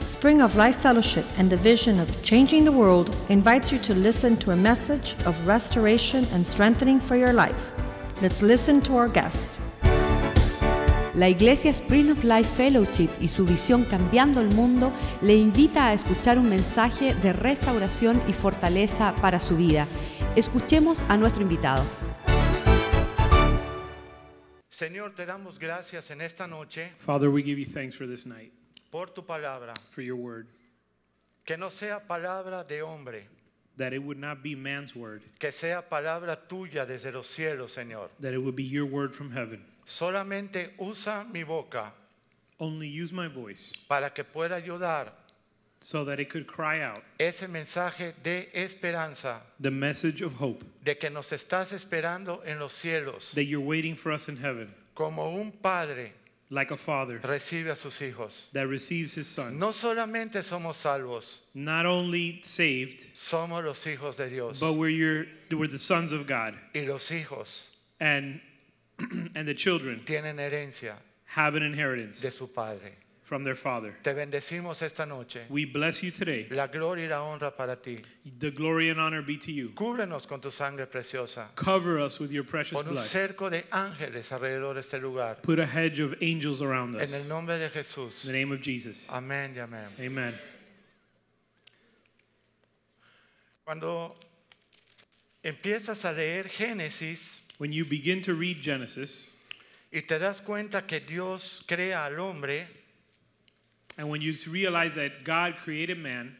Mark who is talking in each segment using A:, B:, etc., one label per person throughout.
A: Spring of Life Fellowship and the vision of changing the world invites you to listen to a message of restoration and strengthening for your life. Let's listen to our guest.
B: La Iglesia Spring of Life Fellowship y su visión Cambiando el Mundo le invita a escuchar un mensaje de restauración y fortaleza para su vida. Escuchemos a nuestro invitado.
C: Señor, te damos gracias en esta noche
D: Father, we give you thanks for this night,
C: por tu palabra.
D: for your word,
C: Que no sea palabra de hombre,
D: that it would not be man's word,
C: que sea palabra tuya desde los cielos, Señor.
D: that it would be your word from heaven.
C: Solamente usa mi boca
D: Only use my voice
C: para que pueda ayudar
D: so that it could cry out
C: ese mensaje de esperanza
D: the message of hope
C: de que nos estás esperando en los cielos,
D: that you're waiting for us in heaven,
C: como un padre
D: like a father
C: recibe a sus hijos.
D: that receives his son.
C: No solamente somos salvos,
D: Not only saved,
C: somos los hijos de Dios.
D: but we're, your, we're the sons of God,
C: Y los hijos
D: and, and the children
C: tienen herencia
D: have an inheritance
C: de su padre.
D: from their father.
C: Te bendecimos esta noche.
D: We bless you today.
C: La gloria y la honra para ti.
D: The glory and honor be to you.
C: Cúbrenos con tu sangre preciosa.
D: Cover us with your precious
C: Pon un
D: blood.
C: cerco de ángeles alrededor de este lugar.
D: Put a hedge of angels around us.
C: En el
D: In
C: nombre de Jesús.
D: the name of Jesus.
C: Amén y amén.
D: Amen.
C: Cuando empiezas a leer Génesis
D: When you begin to read Genesis,
C: y te das cuenta que Dios crea al hombre
D: and when you realize that God created man,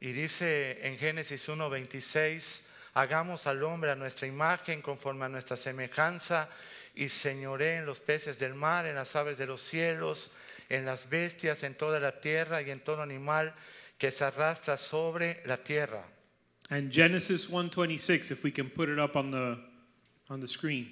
C: y dice en Génesis 1:26, hagamos al hombre a nuestra imagen conforme a nuestra semejanza y señoré en los peces del mar, en las aves de los cielos, en las bestias, en toda la tierra y en todo animal que se arrastra sobre la tierra.
D: and Genesis 1:26, if we can put it up on the on the screen.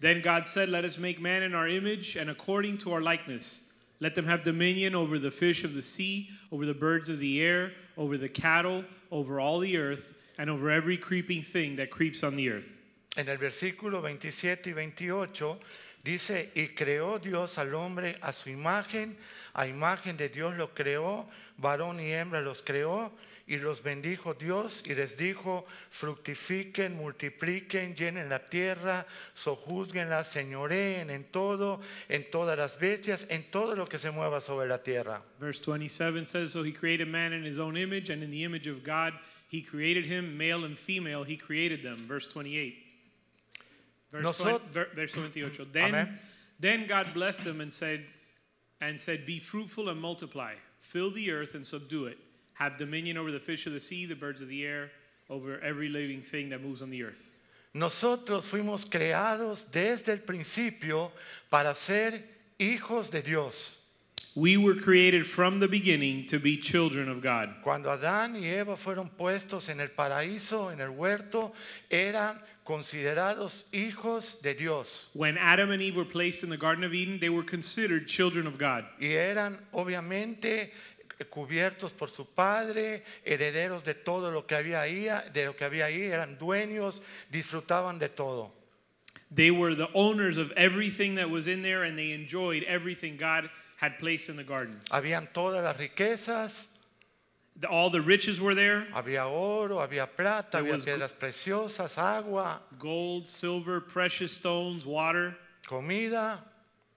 D: Then God said, "Let us make man in our image and according to our likeness. Let them have dominion over the fish of the sea, over the birds of the air, over the cattle, over all the earth, and over every creeping thing that creeps on the earth."
C: En el versículo 27 y 28 dice, y creó Dios al hombre a su imagen, a imagen de Dios lo creó, varón y hembra los creó, y los bendijo Dios y les dijo, fructifiquen, multipliquen, llenen la tierra, sojuzguenla, señoreen en todo, en todas las bestias, en todo lo que se mueva sobre la tierra.
D: Verse 27 says, So he created man in his own image, and in the image of God he created him, male and female he created them. Verse 28. Verse,
C: Nosot-
D: 20 ver- verse 28. Then,
C: Amen.
D: then God blessed him and said, and said, Be fruitful and multiply, fill the earth and subdue it, have dominion over the fish of the sea, the birds of the air, over every living thing that moves on the earth.
C: Nosotros fuimos creados desde el principio para ser hijos de Dios.
D: We were created from the beginning to be children of God.
C: Cuando Adán y Eva fueron puestos en el paraíso, en el huerto, eran considerados hijos de Dios
D: When Adam and Eve were placed in the Garden of Eden, they were considered children of God.
C: y eran obviamente cubiertos por su padre, herederos de todo lo que había ahí, de lo que había ahí, eran dueños, disfrutaban de todo.
D: They were the owners of everything that was in there and they enjoyed everything God had placed in the garden.
C: Habían todas las riquezas,
D: The- all the riches were there
C: había oro, había plata,
D: There
C: había
D: was good-
C: piedras preciosas, agua,
D: gold, silver, precious stones, water,
C: comida,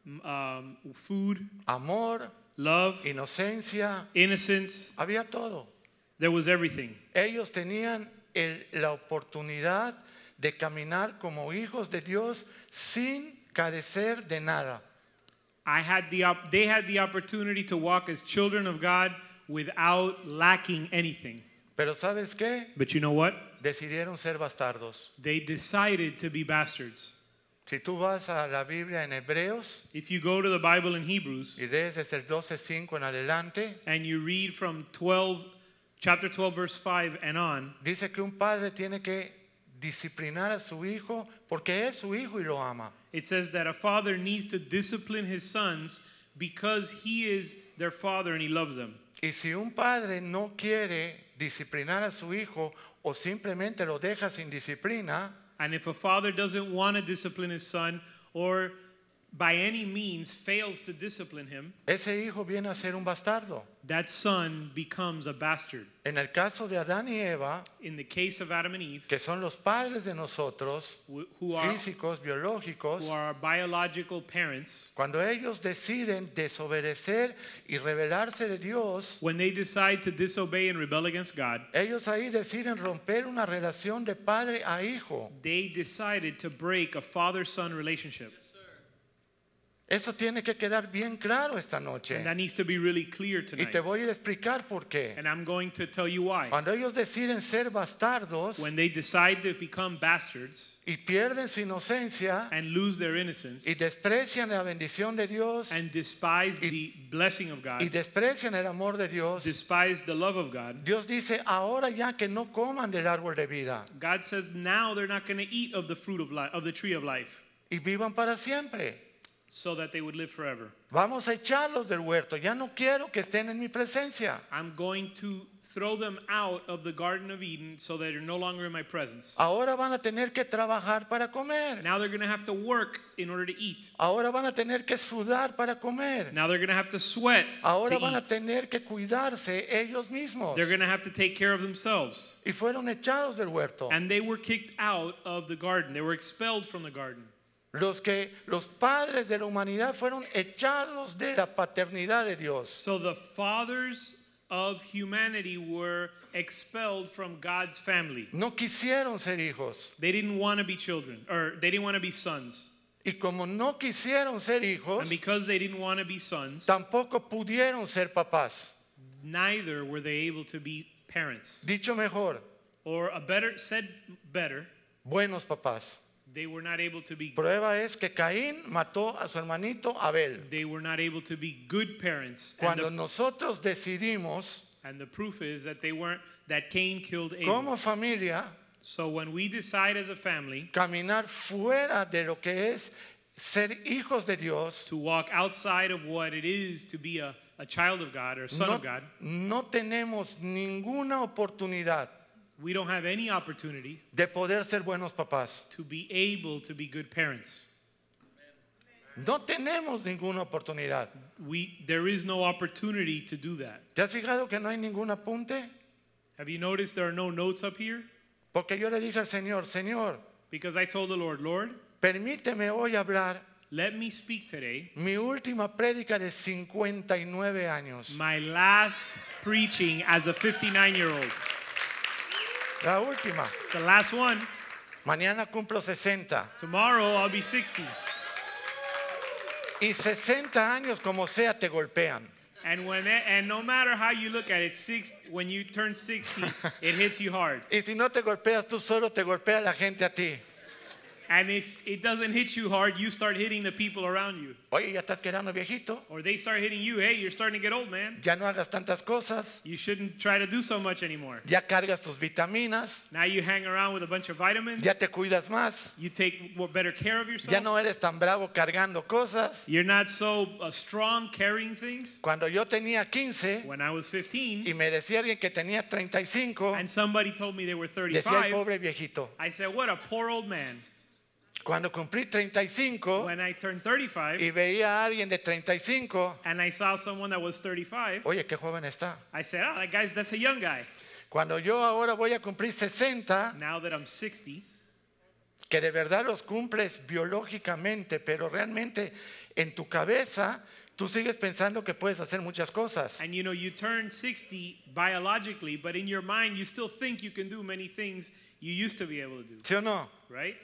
D: m- um, food,
C: amor,
D: love,
C: inocencia,
D: innocence.
C: había todo.
D: There was everything.
C: Ellos tenían el- la oportunidad de caminar como hijos de Dios sin carecer de nada.
D: I had the op- they had the opportunity to walk as children of God without lacking anything.
C: Pero ¿sabes qué?
D: But you know what?
C: Decidieron ser bastardos.
D: They decided to be bastards.
C: Si tú vas a la Biblia en Hebreos
D: If you go to the Bible in Hebrews,
C: y lees desde el 12.5 en adelante,
D: and you read from 12 chapter 12 verse 5 and on
C: dice que un padre tiene que disciplinar a su hijo porque es su hijo y lo ama.
D: it says that a father needs to discipline his sons because he is their father and he loves them
C: Y si un padre no quiere disciplinar a su hijo o simplemente lo deja sin disciplina,
D: and if a father doesn't want to discipline his son or by any means fails to discipline him,
C: ese hijo viene a ser un bastardo.
D: that son becomes a bastard.
C: En el caso de Adán y Eva,
D: In the case of Adam and Eve,
C: que son los padres de nosotros,
D: wh- who are,
C: físicos, biológicos,
D: who are our biological parents,
C: cuando ellos deciden desobedecer y rebelarse de Dios,
D: when they decide to disobey and rebel against God,
C: ellos ahí deciden romper una relación de padre a hijo.
D: they decided to break a father son relationship.
C: Eso tiene que quedar bien claro esta noche.
D: And that needs to be really clear
C: Y
D: tonight.
C: te voy a explicar por qué.
D: And I'm going to tell you why.
C: Cuando ellos deciden ser bastardos
D: When they decide to become bastards
C: y pierden su inocencia
D: and lose their innocence
C: y desprecian la bendición de Dios
D: and despise
C: y-
D: the blessing of
C: y
D: God,
C: desprecian el amor de Dios,
D: despise the love of God,
C: Dios dice, ahora ya que no coman del árbol de vida
D: God says now they're not going to eat of the fruit of life, of the tree of life,
C: y vivan para siempre.
D: so that they would live forever.
C: Vamos a echarlos del huerto, ya no quiero que estén en mi presencia.
D: I'm going to throw them out of the Garden of Eden so that they're no longer in my presence.
C: Ahora van a tener que trabajar para comer.
D: Now they're going to have to work in order to eat.
C: Ahora van a tener que sudar para comer.
D: Now they're going to have to sweat
C: Ahora
D: to
C: van a
D: eat.
C: tener que cuidarse ellos mismos.
D: They're going to have to take care of themselves.
C: Y fueron echados del huerto.
D: And they were kicked out of the garden. They were expelled from the garden.
C: Los que los padres de la humanidad fueron echados de la paternidad de Dios.
D: So the fathers of humanity were expelled from God's family.
C: No quisieron ser hijos.
D: They didn't want to be children, or they didn't want to be sons.
C: Y como no quisieron ser hijos,
D: And because they didn't want to be sons,
C: tampoco pudieron ser papás.
D: neither were they able to be parents.
C: Dicho mejor,
D: Or a better said better,
C: buenos papás.
D: they were not able to be
C: Prueba es que Caín mató a su hermanito Abel.
D: they were not able to be good parents. And
C: Cuando
D: the,
C: nosotros decidimos
D: and the proof is that they weren't that Cain killed Abel.
C: como familia
D: So when we decide as a family
C: caminar fuera de lo que es ser hijos de Dios,
D: to walk outside of what it is to be a, a child of God or a son
C: no,
D: of God,
C: no tenemos ninguna oportunidad
D: we don't have any opportunity
C: de poder ser buenos papás.
D: to be able to be good parents.
C: No tenemos ninguna oportunidad.
D: We there is no opportunity to do that.
C: ¿Te has fijado que no hay ningún apunte?
D: Have you noticed there are no notes up here?
C: Porque yo le dije al Señor, Señor,
D: Because I told the Lord, Lord,
C: permíteme hoy hablar
D: let me speak today
C: mi última prédica de 59 años.
D: my last preaching as a 59 year old.
C: La última.
D: It's the last one.
C: Mañana cumplo 60.
D: Tomorrow I'll be 60.
C: Y 60 años como sea te golpean.
D: And when and no matter how you look at it, six, when you turn 60, it hits you hard.
C: Y si no te golpeas tú solo, te golpea la gente a ti.
D: And if it doesn't hit you hard, you start hitting the people around you.
C: Oye, ya estás quedando viejito.
D: Or they start hitting you. Hey, you're starting to get old, man.
C: Ya no hagas tantas cosas.
D: You shouldn't try to do so much anymore.
C: Ya cargas tus vitaminas.
D: Now you hang around with a bunch of vitamins.
C: Ya te cuidas más.
D: You take more- better care of
C: Ya
D: yourself.
C: no eres tan bravo cargando cosas.
D: You're not so uh, strong carrying things.
C: Cuando yo tenía 15
D: When I was 15,
C: y me decía alguien que tenía 35,
D: and somebody told me they were
C: decía el
D: 35,
C: pobre viejito.
D: I said, "What a poor old man."
C: Cuando cumplí 35
D: When I turned
C: y
D: 35
C: veía a alguien de 35,
D: and I saw someone that was 35,
C: oye, qué joven está.
D: I said, "Oh, that guy's that's a young guy."
C: Cuando yo ahora voy a cumplir 60,
D: Now that I'm 60,
C: que de verdad los cumples biológicamente, pero realmente en tu cabeza tú sigues pensando que puedes hacer muchas cosas.
D: and you know you turn 60 biologically, but in your mind you still think you can do many things you used to be able to do,
C: ¿Sí o no?
D: right?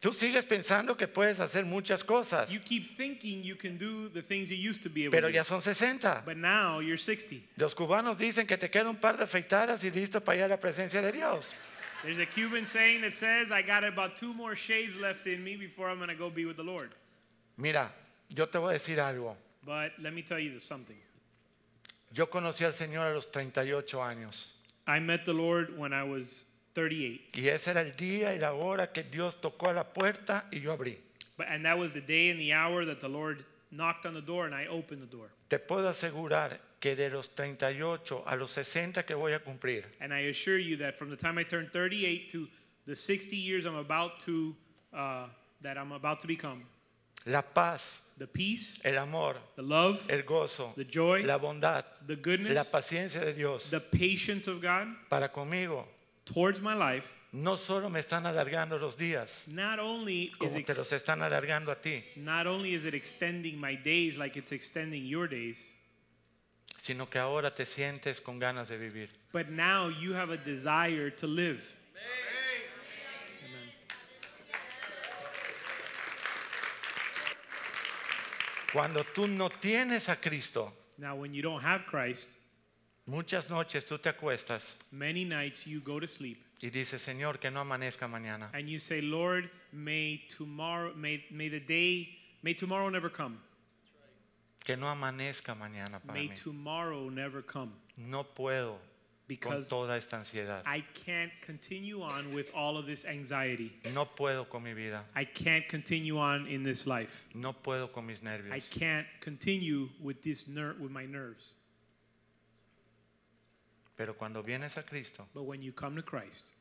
C: Tú sigues pensando que puedes hacer muchas cosas,
D: You keep thinking you can do the things you used to be able
C: pero
D: to do.
C: ya son 60.
D: But now you're 60.
C: Los cubanos dicen que te queda un par de afeitadas y listo para ir a la presencia de Dios.
D: There's a Cuban saying that says, I got about two more shaves left in me before I'm going to go be with the Lord.
C: Mira, yo te voy a decir algo.
D: But let me tell you something.
C: Yo conocí al Señor a los 38 años
D: I met the Lord when I was 38.
C: y ese era el día y la hora que Dios tocó a la puerta y yo abrí.
D: But, and that was the day and the hour that the Lord knocked on the door and I opened the door.
C: Te puedo asegurar que de los 38 a los 60 que voy a cumplir,
D: And I assure you that from the time I turned 38 to the 60 years I'm about to, uh, that I'm about to become,
C: la paz,
D: the peace,
C: el amor,
D: the love,
C: el gozo,
D: the joy,
C: la bondad,
D: the
C: la
D: goodness,
C: paciencia de Dios
D: the patience of God
C: para conmigo.
D: towards my life.
C: No solo me están alargando los días,
D: Not only is
C: como te
D: ex-
C: los están alargando a ti,
D: not only is it extending my days like it's extending your days,
C: sino que ahora te sientes con ganas de vivir.
D: but now you have a desire to live.
C: Cuando tú no tienes a Cristo,
D: Now, when you don't have Christ,
C: muchas noches tú te acuestas
D: many nights you go to sleep
C: y dices, Señor, que no amanezca mañana.
D: and you say, "Lord, may tomorrow, may, may the day, may tomorrow never come.
C: Que no amanezca mañana para
D: May
C: mí.
D: tomorrow never come,
C: No puedo con
D: because
C: toda esta ansiedad.
D: I can't continue on with all of this anxiety.
C: No puedo con mi vida.
D: I can't continue on in this life.
C: No puedo con mis
D: I
C: nervios.
D: can't continue with this ner- with my nerves."
C: Pero cuando vienes a Cristo
D: But when you come to Christ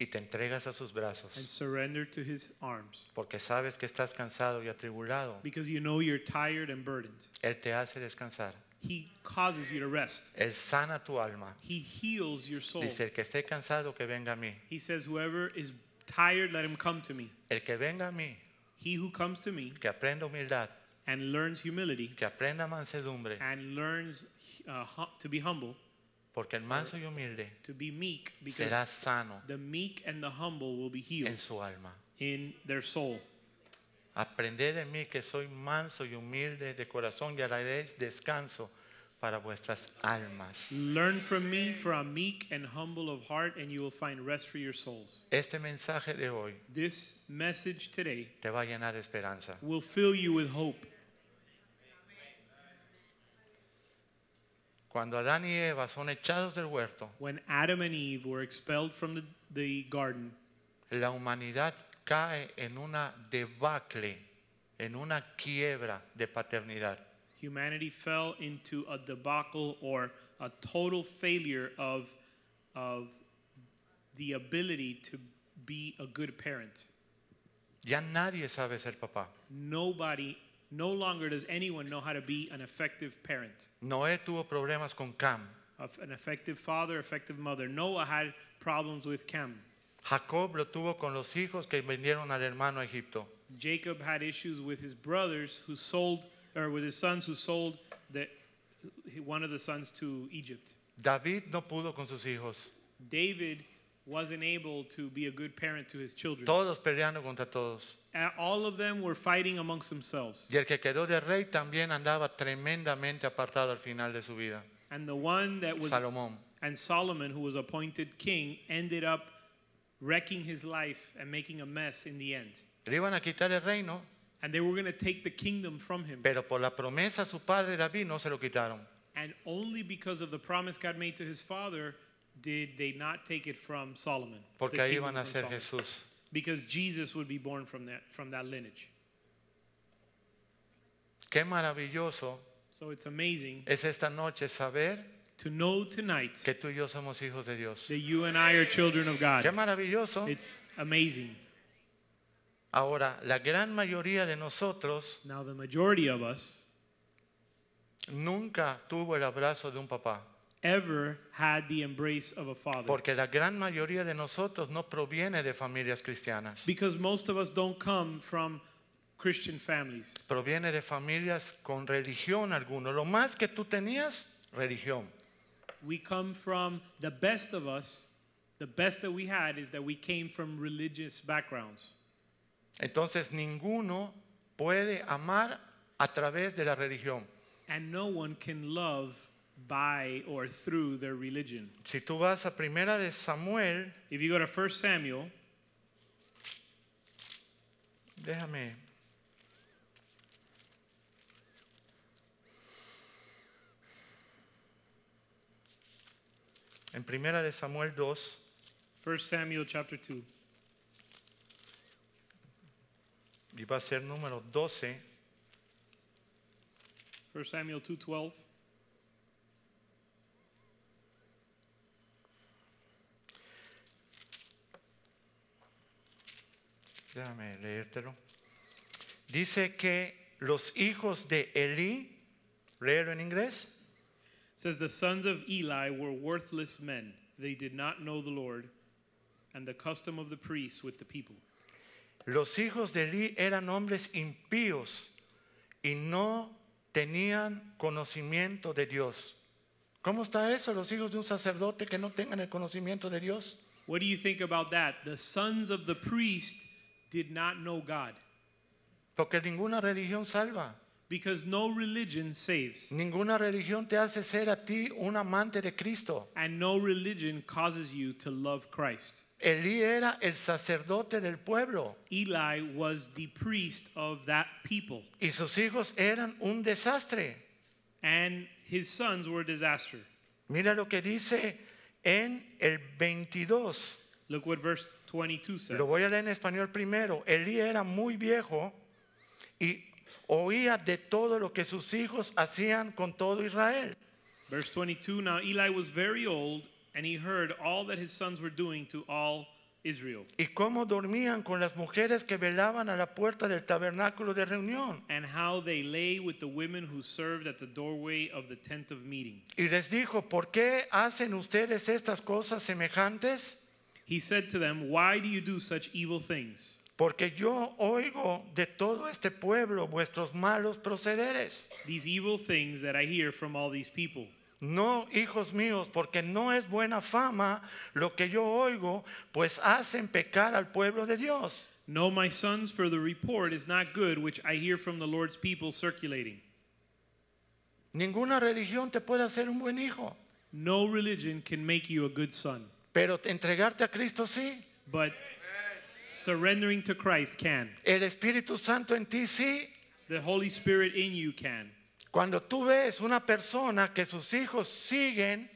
C: y te entregas a sus
D: and
C: brazos,
D: surrender to his arms,
C: porque sabes que estás cansado y atribulado,
D: because you know you're tired and burdened,
C: Él te hace descansar.
D: he causes you to rest.
C: Él sana tu alma.
D: He heals your soul.
C: Dice, el que esté cansado, que venga a mí.
D: He says, Whoever is tired, let him come to me.
C: El que venga a mí,
D: He who comes to me
C: que aprenda humildad,
D: and learns humility
C: que aprenda mansedumbre,
D: and learns uh, hu- to be humble,
C: porque el manso y humilde
D: to be meek, because
C: será sano
D: the meek and the humble will be healed
C: en su alma.
D: in their soul.
C: Aprended de mí que soy manso y humilde de corazón y haréis descanso para vuestras almas.
D: Learn from me, for I'm meek and humble of heart, and you will find rest for your souls.
C: Este mensaje de hoy
D: This message today
C: te va a llenar de esperanza.
D: will fill you with hope.
C: Cuando Adán y Eva son echados del huerto,
D: When Adam and Eve were expelled from the, the garden,
C: la humanidad cae en una debacle, en una quiebra de paternidad.
D: humanity fell into a debacle or a total failure of, of the ability to be a good parent.
C: Ya nadie sabe ser papá.
D: Nobody, no longer does anyone know how to be an effective parent,
C: Noé tuvo problemas con Cam.
D: of an effective father, effective mother. Noah had problems with Cam.
C: Jacob lo tuvo con los hijos que vendieron al hermano a Egipto.
D: Jacob had issues with his brothers who sold, or with his sons who sold the, one of the sons to Egypt.
C: David no pudo con sus hijos.
D: David wasn't able to be a good parent to his children.
C: Todos peleando contra todos.
D: And All of them were fighting amongst themselves.
C: Y el que quedó de rey también andaba tremendamente apartado al final de su vida.
D: And the one that was
C: Salomón.
D: and Solomon who was appointed king ended up wrecking his life and making a mess in the end.
C: Le iban a quitar el reino,
D: And they were going to take the kingdom from him.
C: pero por la promesa a su padre David no se lo quitaron.
D: And only because of the promise God made to his father did they not take it from Solomon. the
C: Porque ahí
D: kingdom
C: iban a
D: from
C: ser
D: Solomon.
C: Jesús.
D: Because Jesus would be born from that from that lineage.
C: Qué maravilloso
D: So it's amazing
C: es esta noche saber
D: to know tonight
C: que tú y yo somos hijos de Dios.
D: that you and I are children of God.
C: Qué maravilloso.
D: It's amazing.
C: Ahora, la gran mayoría de nosotros
D: Now, the majority of us
C: nunca tuvo el abrazo de un papá.
D: ever had the embrace of a father.
C: Porque la gran mayoría de nosotros no proviene de familias cristianas.
D: because most of us don't come from Christian families.
C: Proviene de familias con religión alguno. Lo más que tú tenías, religión.
D: We come from the best of us. The best that we had is that we came from religious backgrounds.
C: Entonces ninguno puede amar a través de la religión.
D: And no one can love by or through their religion.
C: Si tú vas a primera de Samuel,
D: If you go to 1 Samuel,
C: déjame. En primera de Samuel 2,
D: 1 Samuel chapter 2,
C: y va a ser número 12.
D: 1 Samuel 2:12.
C: Déjame leértelo. dice que los hijos de Elí, léelo en inglés,
D: It says the sons of Eli were worthless men. They did not know the Lord and the custom of the priests with the people.
C: los hijos de Elí eran hombres impíos y no tenían conocimiento de Dios. ¿Cómo está eso, los hijos de un sacerdote que no tengan el conocimiento de Dios?
D: What do you think about that? The sons of the priest did not know God
C: Porque ninguna religión salva.
D: because no religion saves
C: Ninguna religión te hace ser a ti un amante de Cristo.
D: and no religion causes you to love Christ.
C: Elí era el sacerdote del pueblo
D: Eli was the priest of that people
C: y sus hijos eran un desastre.
D: and his sons were a disaster.
C: Mira lo que dice en el 22.
D: Look what verse 22 says.
C: Lo voy a leer en español primero. Elí era muy viejo y oía de todo lo que sus hijos hacían con todo Israel.
D: Verse 22 Now Eli was very old, and he heard all that his sons were doing to all Israel,
C: Y cómo dormían con las mujeres que velaban a la puerta del tabernáculo de reunión.
D: and how they lay with the women who served at the doorway of the tent of meeting.
C: Y les dijo, ¿por qué hacen ustedes estas cosas semejantes?
D: He said to them, Why do you do such evil things?
C: Porque yo oigo de todo este pueblo vuestros malos procederes.
D: These evil things that I hear from all these people.
C: No, hijos míos, porque no es buena fama lo que yo oigo, pues hacen pecar al pueblo de Dios.
D: No, my sons, for the report is not good which I hear from the Lord's people circulating.
C: Ninguna religión te puede hacer un buen hijo,
D: No religion can make you a good son,
C: pero te- entregarte a Cristo sí.
D: but surrendering to Christ can.
C: El Espíritu Santo en ti sí.
D: The Holy Spirit in you can.
C: Cuando tú ves una persona que sus hijos siguen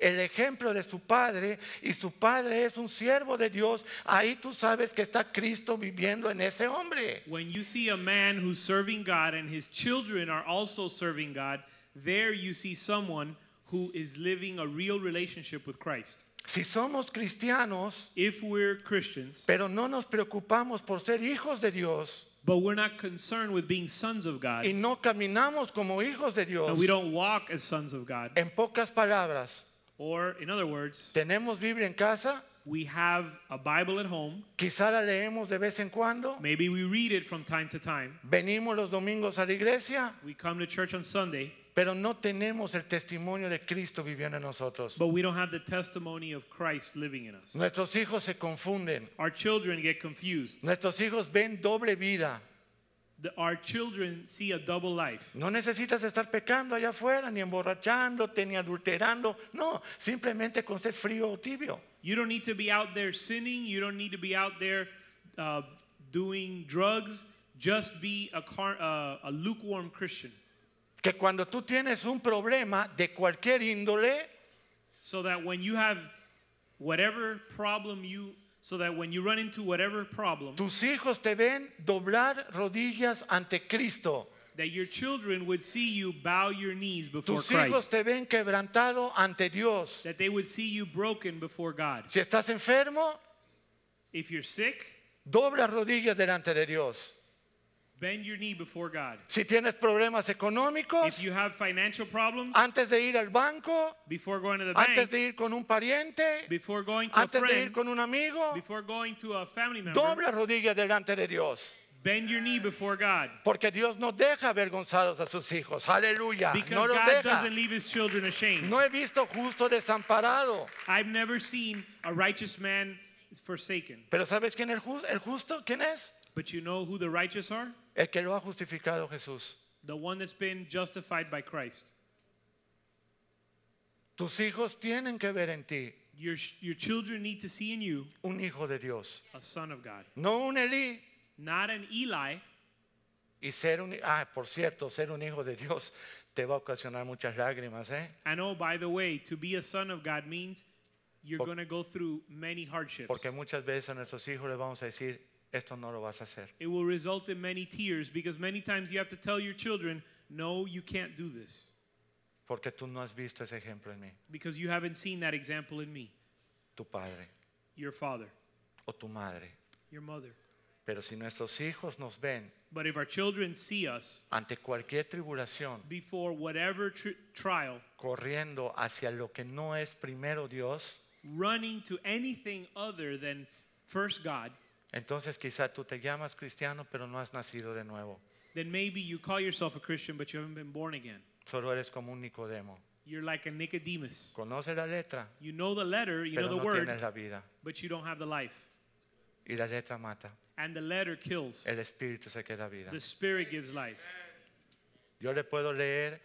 C: el ejemplo de su padre y su padre es un siervo de Dios, ahí tú sabes que está Cristo viviendo en ese hombre.
D: When you see a man who's serving God and his children are also serving God, there you see someone who is living a real relationship with Christ.
C: Si somos cristianos,
D: If we're Christians,
C: pero no nos preocupamos por ser hijos de Dios
D: but we're not concerned with being sons of God,
C: y no caminamos como hijos de Dios,
D: and we don't walk as sons of God,
C: en pocas palabras,
D: or in other words,
C: tenemos Biblia en casa,
D: we have a Bible at home,
C: quizá la leemos de vez en cuando,
D: maybe we read it from time to time,
C: venimos los domingos a la iglesia,
D: we come to church on Sunday,
C: pero no tenemos el testimonio de Cristo viviendo en nosotros.
D: but we don't have the testimony of Christ living in us.
C: Nuestros hijos se confunden.
D: Our children get confused.
C: Nuestros hijos ven doble vida.
D: The- Our children see a double life.
C: No necesitas estar pecando allá afuera, ni emborrachándote, ni adulterando. No, simplemente con ser frío o tibio.
D: You don't need to be out there sinning. You don't need to be out there uh, doing drugs. Just be a, car- uh, a lukewarm Christian.
C: Que cuando tú tienes un problema de cualquier índole,
D: So that when you have whatever problem you, so that when you run into whatever problem,
C: tus hijos te ven doblar rodillas ante Cristo.
D: that your children would see you bow your knees before
C: Tus hijos
D: Christ.
C: te ven quebrantado ante Dios.
D: That they would see you broken before God.
C: Si estás enfermo,
D: If you're sick,
C: dobla rodillas delante de Dios.
D: bend your knee before God.
C: Si tienes problemas económicos,
D: If you have financial problems,
C: antes de ir al banco,
D: before going to the
C: antes
D: bank,
C: de ir con un pariente,
D: before going to a
C: antes de ir
D: friend,
C: con un amigo,
D: before going to a family member,
C: dobla rodillas delante de Dios.
D: bend your knee before God.
C: Porque Dios no deja avergonzados a sus hijos. Aleluya.
D: Because
C: No los
D: God
C: deja.
D: doesn't leave his children ashamed.
C: No he visto justo desamparado.
D: I've never seen a righteous man forsaken.
C: Pero ¿sabes quién es el jus- el justo? ¿Quién es?
D: But you know who the righteous are?
C: El que lo ha justificado Jesús.
D: The one that's been justified by Christ.
C: Tus hijos tienen que ver en ti
D: Your, your children need to see in you
C: un hijo de Dios.
D: a son of God,
C: No un Elí.
D: not an Eli.
C: Y ser un... Ah, por cierto, ser un hijo de Dios te va a ocasionar muchas lágrimas, ¿eh?
D: And oh, by the way, to be a son of God means you're going to go through many hardships.
C: Porque muchas veces a nuestros hijos les vamos a decir, esto no lo vas a hacer.
D: It will result in many tears because many times you have to tell your children, no, you can't do this
C: Porque tú no has visto ese ejemplo en mí,
D: because you haven't seen that example in me,
C: tu padre
D: your father,
C: o tu madre.
D: your mother.
C: Pero si nuestros hijos nos ven
D: But if our children see us
C: ante cualquier tribulación,
D: before whatever tr- trial,
C: corriendo hacia lo que no es primero Dios,
D: running to anything other than first God,
C: entonces quizá tú te llamas cristiano pero no has nacido de nuevo.
D: then maybe you call yourself a Christian, but you haven't been born again.
C: Solo eres como un Nicodemo.
D: You're like a Nicodemus.
C: Conoce la letra,
D: You know the letter, you
C: pero
D: know the
C: no tienes
D: word,
C: la vida.
D: but you don't have the life.
C: Y la letra mata.
D: And the letter kills.
C: El espíritu se queda vida.
D: The spirit gives life.
C: Yo le puedo leer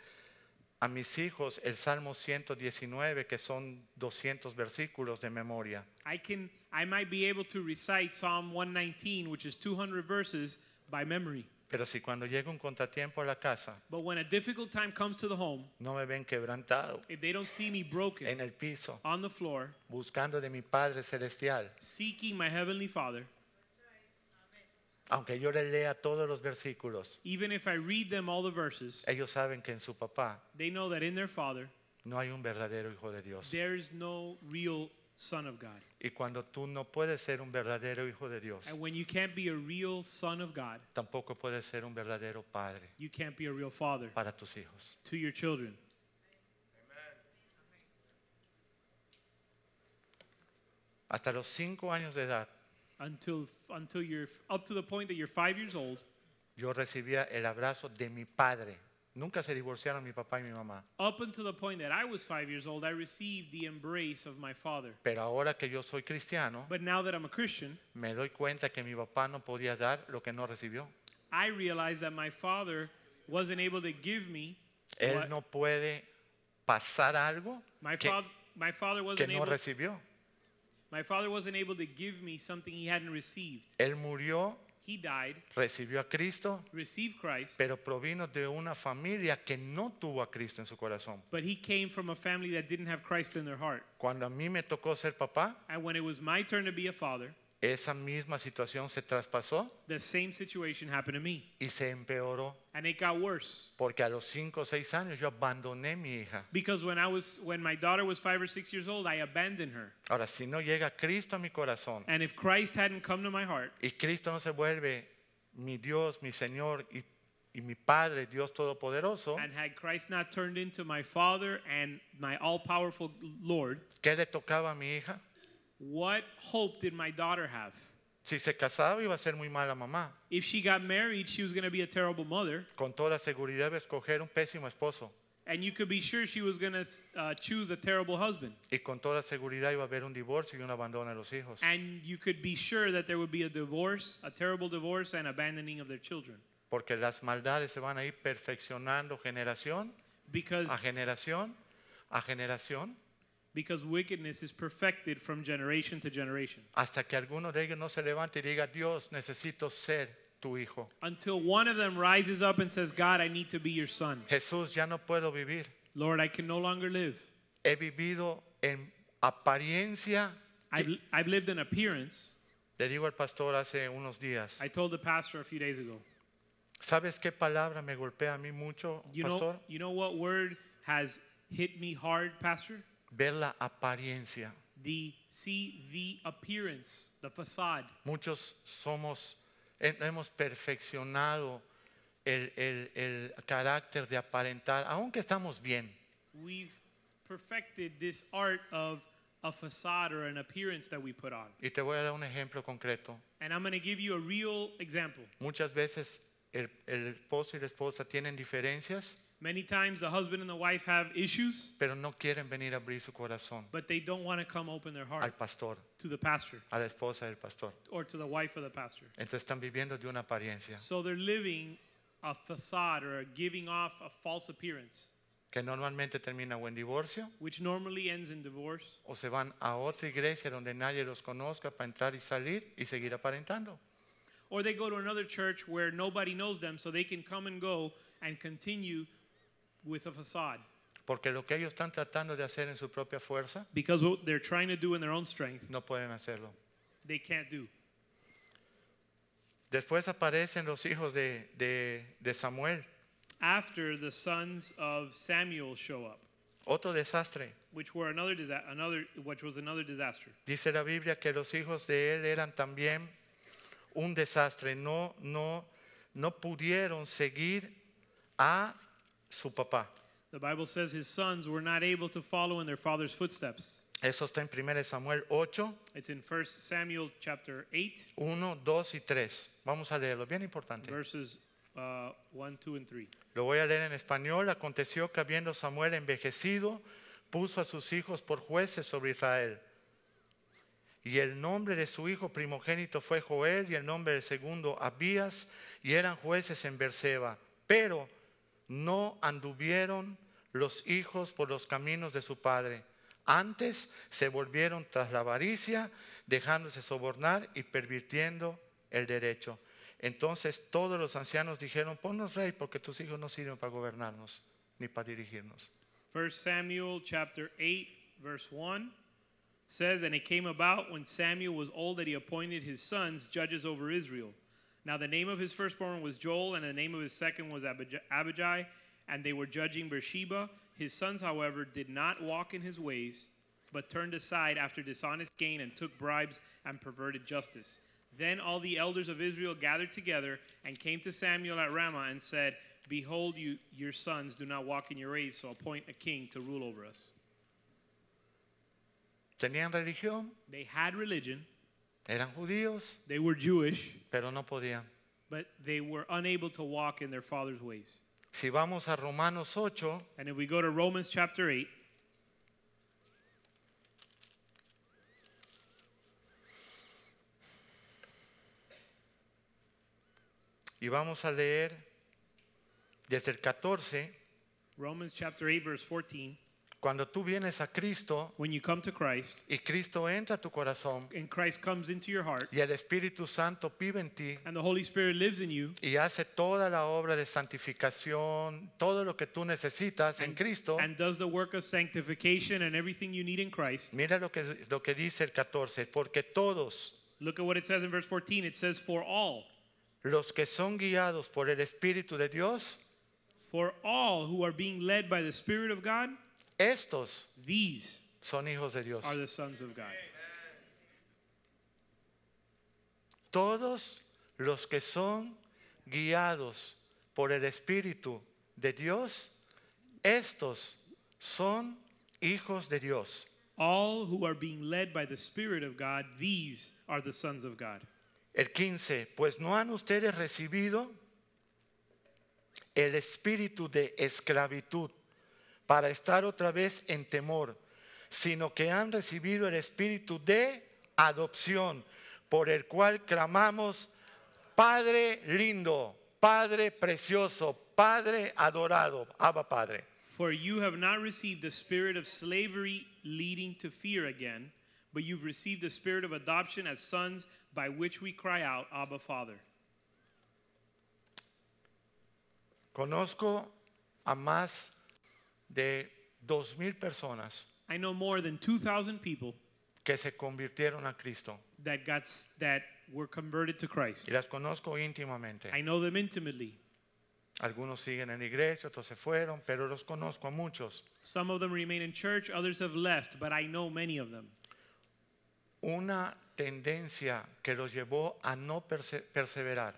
C: a mis hijos el Salmo 119, que son 200 versículos de memoria.
D: I can I might be able to recite Psalm 119, which is 200 verses by memory.
C: Pero si cuando llega un contratiempo a la casa,
D: But when a difficult time comes to the home,
C: no me ven quebrantado
D: if they don't see me broken
C: en el piso,
D: on the floor,
C: buscando de mi Padre Celestial,
D: seeking my heavenly Father,
C: aunque yo les lea todos los versículos,
D: even if I read them all the verses,
C: ellos saben que en su papá
D: they know that in their Father
C: no hay un verdadero hijo de Dios.
D: there is no real son of God.
C: Y cuando tú no puedes ser un verdadero hijo de Dios,
D: And when you can't be a real son of God,
C: tampoco puedes ser un verdadero padre
D: you can't be a real father
C: para tus hijos.
D: to your children.
C: Hasta los cinco años de edad,
D: Until until you're up to the point that you're 5 years old,
C: yo recibía el abrazo de mi padre. Nunca se divorciaron mi papá y mi mamá.
D: up until the point that I was 5 years old, I received the embrace of my father.
C: Pero ahora que yo soy cristiano,
D: But now that I'm a Christian,
C: me doy cuenta que mi papá no podía dar lo que no recibió.
D: I realize that my father wasn't able to give me
C: Él
D: what
C: no puede pasar algo
D: my
C: que,
D: father my father
C: que
D: wasn't
C: no
D: able
C: recibió.
D: my father wasn't able to give me something he hadn't received.
C: Él murió,
D: He died,
C: recibió a Cristo,
D: received Christ,
C: pero provino de una familia que no tuvo a Cristo en su corazón.
D: but he came from a family that didn't have Christ in their heart.
C: Cuando a mí me tocó ser papá,
D: And when it was my turn to be a father,
C: esa misma situación se traspasó
D: the same situation happened to me.
C: y se empeoró,
D: And it got worse
C: porque a los 5 o 6 años yo abandoné mi hija.
D: because when I was when my daughter was 5 or 6 years old, I abandoned her.
C: Ahora, si no llega Cristo a mi corazón
D: And if Christ hadn't come to my heart
C: y Cristo no se vuelve mi Dios, mi Señor y, y mi Padre, Dios Todopoderoso,
D: and had Christ not turned into my father and my all-powerful Lord,
C: ¿qué le tocaba a mi hija?
D: what hope did my daughter have?
C: Si se casaba iba a ser muy mala mamá.
D: If she got married, she was going to be a terrible mother,
C: Con toda seguridad iba a escoger un pésimo esposo
D: and you could be sure she was going to uh, choose a terrible husband.
C: y con toda seguridad iba a haber un divorcio y un abandono de los hijos.
D: And you could be sure that there would be a divorce, a terrible divorce, and abandoning of their children.
C: Porque las maldades se van a ir perfeccionando generación
D: Because,
C: a generación a generación
D: because wickedness is perfected from generation to generation.
C: hasta que alguno de ellos no se levante y diga, Dios, necesito ser tu hijo.
D: Until one of them rises up and says, God, I need to be your son.
C: Jesús, ya no puedo vivir.
D: Lord, I can no longer live.
C: He vivido en apariencia.
D: I've, I've lived in appearance.
C: Le digo al pastor hace unos días,
D: I told the pastor a few days ago.
C: ¿sabes qué palabra me golpea a mí mucho,
D: You know,
C: pastor?
D: you know what word has hit me hard, Pastor?
C: Ver la apariencia.
D: The see the appearance, the facade.
C: Muchos somos, he- hemos perfeccionado el, el- el carácter de aparentar, aunque estamos bien,
D: We've perfected this art of a facade or an appearance that we put on.
C: Y te voy a dar un ejemplo concreto.
D: And I'm going to give you a real example.
C: Muchas veces el, el esposo y la esposa tienen diferencias,
D: Many times the husband and the wife have issues,
C: pero no quieren venir a abrir su corazón
D: but they don't want to come open their heart
C: al pastor,
D: to the pastor
C: a la esposa del pastor.
D: or to the wife of the pastor.
C: Entonces están viviendo de una apariencia
D: So they're living a facade or giving off a false appearance,
C: que normalmente termina o en divorcio
D: which normally ends in divorce.
C: o se van a otra iglesia donde nadie los conozca para entrar y salir y seguir aparentando.
D: Or they go to another church where nobody knows them, so they can come and go and continue with a facade.
C: Porque lo que ellos están tratando de hacer en su propia fuerza,
D: Because what they're trying to do in their own strength,
C: no pueden hacerlo.
D: they can't do.
C: Después aparecen los hijos de, de- de Samuel,
D: After the sons of Samuel show up,
C: otro desastre.
D: which were another disa- another which was another disaster.
C: Dice la Biblia que los hijos de él eran también un desastre, no, no, no pudieron seguir a su papá.
D: The Bible says his sons were not able to follow in their father's footsteps.
C: Eso está en 1 Samuel 8,
D: It's in 1 Samuel chapter 8,
C: 1, 2 y 3. Vamos a leerlo, bien importante.
D: verses uh, 1, 2, and 3.
C: Lo voy a leer en español. Aconteció que habiendo Samuel envejecido, puso a sus hijos por jueces sobre Israel. Y el nombre de su hijo primogénito fue Joel y el nombre del segundo Abías y eran jueces en Berseba. Pero no anduvieron los hijos por los caminos de su padre. Antes se volvieron tras la avaricia, dejándose sobornar y pervirtiendo el derecho. Entonces todos los ancianos dijeron, ponnos rey porque tus hijos no sirven para gobernarnos ni para dirigirnos.
D: 1 Samuel chapter 8, verse 1 says, And it came about when Samuel was old that he appointed his sons judges over Israel. Now the name of his firstborn was Joel, and the name of his second was Abij- Abijah, and they were judging Beersheba. His sons, however, did not walk in his ways, but turned aside after dishonest gain and took bribes and perverted justice. Then all the elders of Israel gathered together and came to Samuel at Ramah and said, Behold, you, your sons do not walk in your ways, so appoint a king to rule over us.
C: Tenían religión,
D: They had religion,
C: eran judíos,
D: they were Jewish,
C: pero no podían.
D: but they were unable to walk in their father's ways.
C: Si vamos a Romanos 8,
D: And if we go to Romans chapter 8,
C: y vamos a leer desde el 14,
D: Romans chapter 8, verse 14,
C: cuando tú vienes a Cristo
D: when you come to Christ
C: y Cristo entra a tu corazón
D: and Christ comes into your heart
C: y el Espíritu Santo vive en ti
D: and the Holy Spirit lives in you,
C: y hace toda la obra de santificación, todo lo que tú necesitas en Cristo,
D: and does the work of sanctification and everything you need in Christ.
C: mira lo que, lo que dice el 14, porque todos
D: Look at what it says in verse 14. It says, For all,
C: los que son guiados por el Espíritu de Dios,
D: for all who are being led by the Spirit of God,
C: estos
D: these
C: son hijos de Dios.
D: are the sons of God.
C: Todos los que son guiados por el Espíritu de Dios, estos son hijos de Dios.
D: All who are being led by the Spirit of God, these are the sons of God.
C: El 15, pues no han ustedes recibido el espíritu de esclavitud para estar otra vez en temor, sino que han recibido el espíritu de adopción, por el cual clamamos, Padre lindo, Padre precioso, Padre adorado, Abba Padre.
D: For you have not received the spirit of slavery leading to fear again, but you've received the spirit of adoption as sons by which we cry out, Abba, Father.
C: Conozco a más de dos mil personas
D: I know more than 2,000 people
C: que se convirtieron a Cristo
D: that, got, s- that were converted to Christ.
C: y las conozco íntimamente.
D: I know them intimately.
C: Algunos siguen en la iglesia, otros se fueron, pero los conozco a muchos.
D: Some of them remain in church, others have left, but I know many of them.
C: Una tendencia que los llevó a no perse- perseverar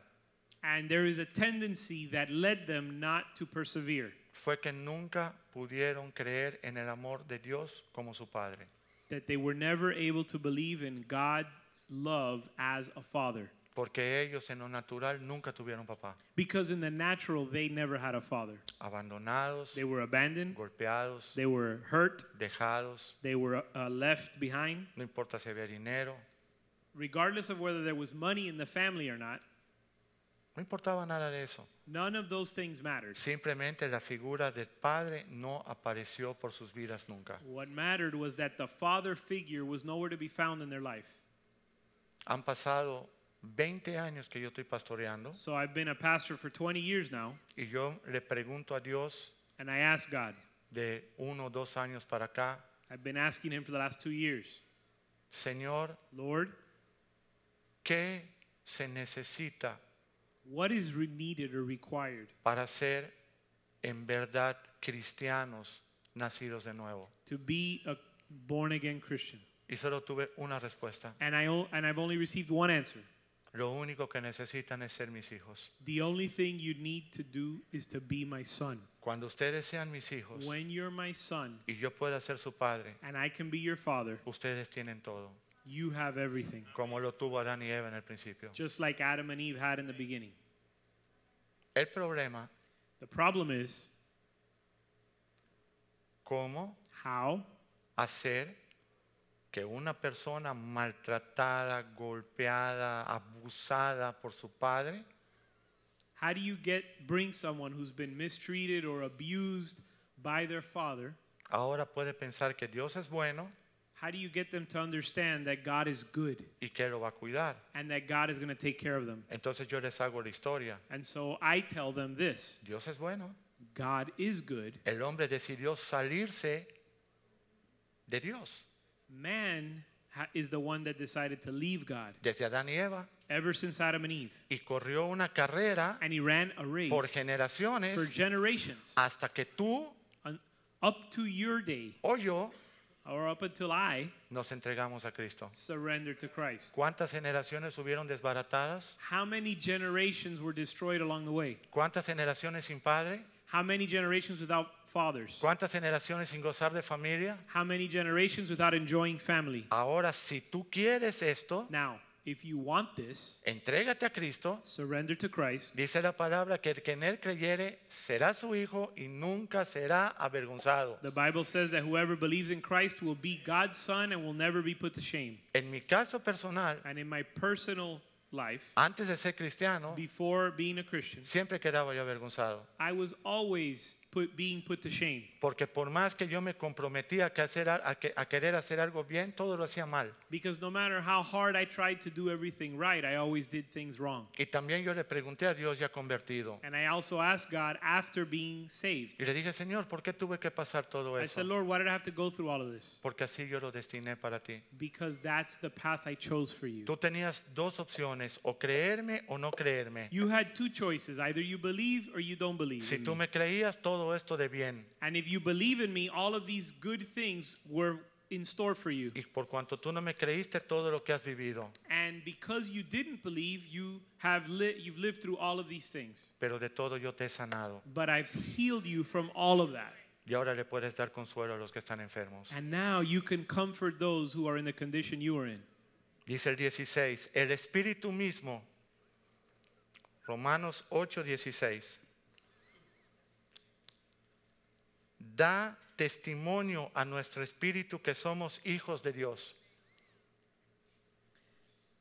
D: And there is a tendency that led them not to persevere.
C: fue que nunca pudieron creer en el amor de Dios como su Padre.
D: that they were never able to believe in God's love as a father.
C: Porque ellos en lo natural nunca tuvieron papá.
D: Because in the natural, they never had a father.
C: Abandonados,
D: They were abandoned,
C: golpeados,
D: they were hurt,
C: dejados,
D: they were uh, left behind.
C: no importa si había dinero,
D: Regardless of whether there was money in the family or not,
C: no importaba nada de eso.
D: none of those things mattered.
C: Simplemente la figura del Padre no apareció por sus vidas nunca.
D: What mattered was that the father figure was nowhere to be found in their life.
C: Han pasado 20 años que yo estoy pastoreando.
D: So I've been a pastor for 20 years now,
C: Y yo le pregunto a Dios
D: and I asked God,
C: de uno o dos años para acá,
D: I've been asking him for the last two years,
C: Señor,
D: Lord,
C: ¿qué se necesita
D: what is re- needed or required
C: para ser en verdad cristianos nacidos de nuevo?
D: to be a born again Christian?
C: Y solo tuve una respuesta.
D: And I o- and I've only received one answer.
C: Lo único que necesitan es ser mis hijos.
D: The only thing you need to do is to be my son.
C: Cuando ustedes sean mis hijos
D: When you're my son
C: y yo pueda ser su padre,
D: and I can be your father,
C: ustedes tienen todo,
D: you have everything,
C: como lo tuvo Adán y Eva en el principio.
D: just like Adam and Eve had in the beginning.
C: El problema,
D: The problem is
C: ¿cómo
D: how
C: hacer que una persona maltratada, golpeada, abusada por su padre,
D: how do you get bring someone who's been mistreated or abused by their father?
C: ahora puede pensar que Dios es bueno
D: How do you get them to understand that God is good
C: y que lo va a cuidar?
D: and that God is going to take care of them?
C: Entonces yo les hago la historia.
D: And so I tell them this
C: Dios es bueno.
D: God is good.
C: El hombre decidió salirse de Dios.
D: Man ha- is the one that decided to leave God
C: Desde Adán y Eva.
D: ever since Adam and Eve.
C: Y corrió una carrera
D: And he ran a race
C: por
D: for
C: generaciones
D: generations
C: hasta que tú
D: un- up to your day
C: o yo
D: or up until I
C: nos entregamos a Cristo.
D: surrendered to Christ.
C: ¿Cuántas generaciones hubieron desbaratadas?
D: How many generations were destroyed along the way?
C: ¿Cuántas generaciones sin padre?
D: How many generations without fathers?
C: ¿Cuántas generaciones sin gozar de familia?
D: How many generations without enjoying family?
C: Ahora, si tú quieres esto,
D: Now, if you want this,
C: entrégate a Cristo.
D: surrender to Christ.
C: Dice la palabra que el que en él creyere será su hijo y nunca será avergonzado.
D: The Bible says that whoever believes in Christ will be God's son and will never be put to shame.
C: En mi caso personal,
D: And in my personal life,
C: antes de ser cristiano,
D: before being a Christian,
C: siempre quedaba yo avergonzado.
D: I was always put, being put to shame
C: Porque por más que yo me comprometía a, que hacer a- a que- a querer hacer algo bien, todo lo hacía mal.
D: because no matter how hard I tried to do everything right, I always did things wrong.
C: Y también yo le pregunté a Dios ya convertido.
D: And I also asked God after being saved,
C: Y le dije, Señor, ¿por qué tuve que pasar todo
D: I
C: eso?
D: said, Lord, why did I have to go through all of this?
C: Porque así yo lo destiné para ti.
D: Because that's the path I chose for you.
C: Tú tenías dos opciones, o creerme o no creerme.
D: You had two choices either you believe or you don't believe.
C: Si
D: in
C: tú
D: me.
C: me creías, todo esto de bien.
D: And if you believe in me, all of these good things were in store for you.
C: Y por cuanto tú no me creíste, todo lo que has vivido.
D: And because you didn't believe, you have li- you've lived through all of these things.
C: Pero de todo yo te he sanado.
D: But I've healed you from all of that.
C: Y ahora le puedes dar consuelo a los que están enfermos.
D: And now you can comfort those who are in the condition you are in.
C: Dice el 16, el Espíritu mismo, Romanos 8, 16, da testimonio a nuestro Espíritu que somos hijos de Dios.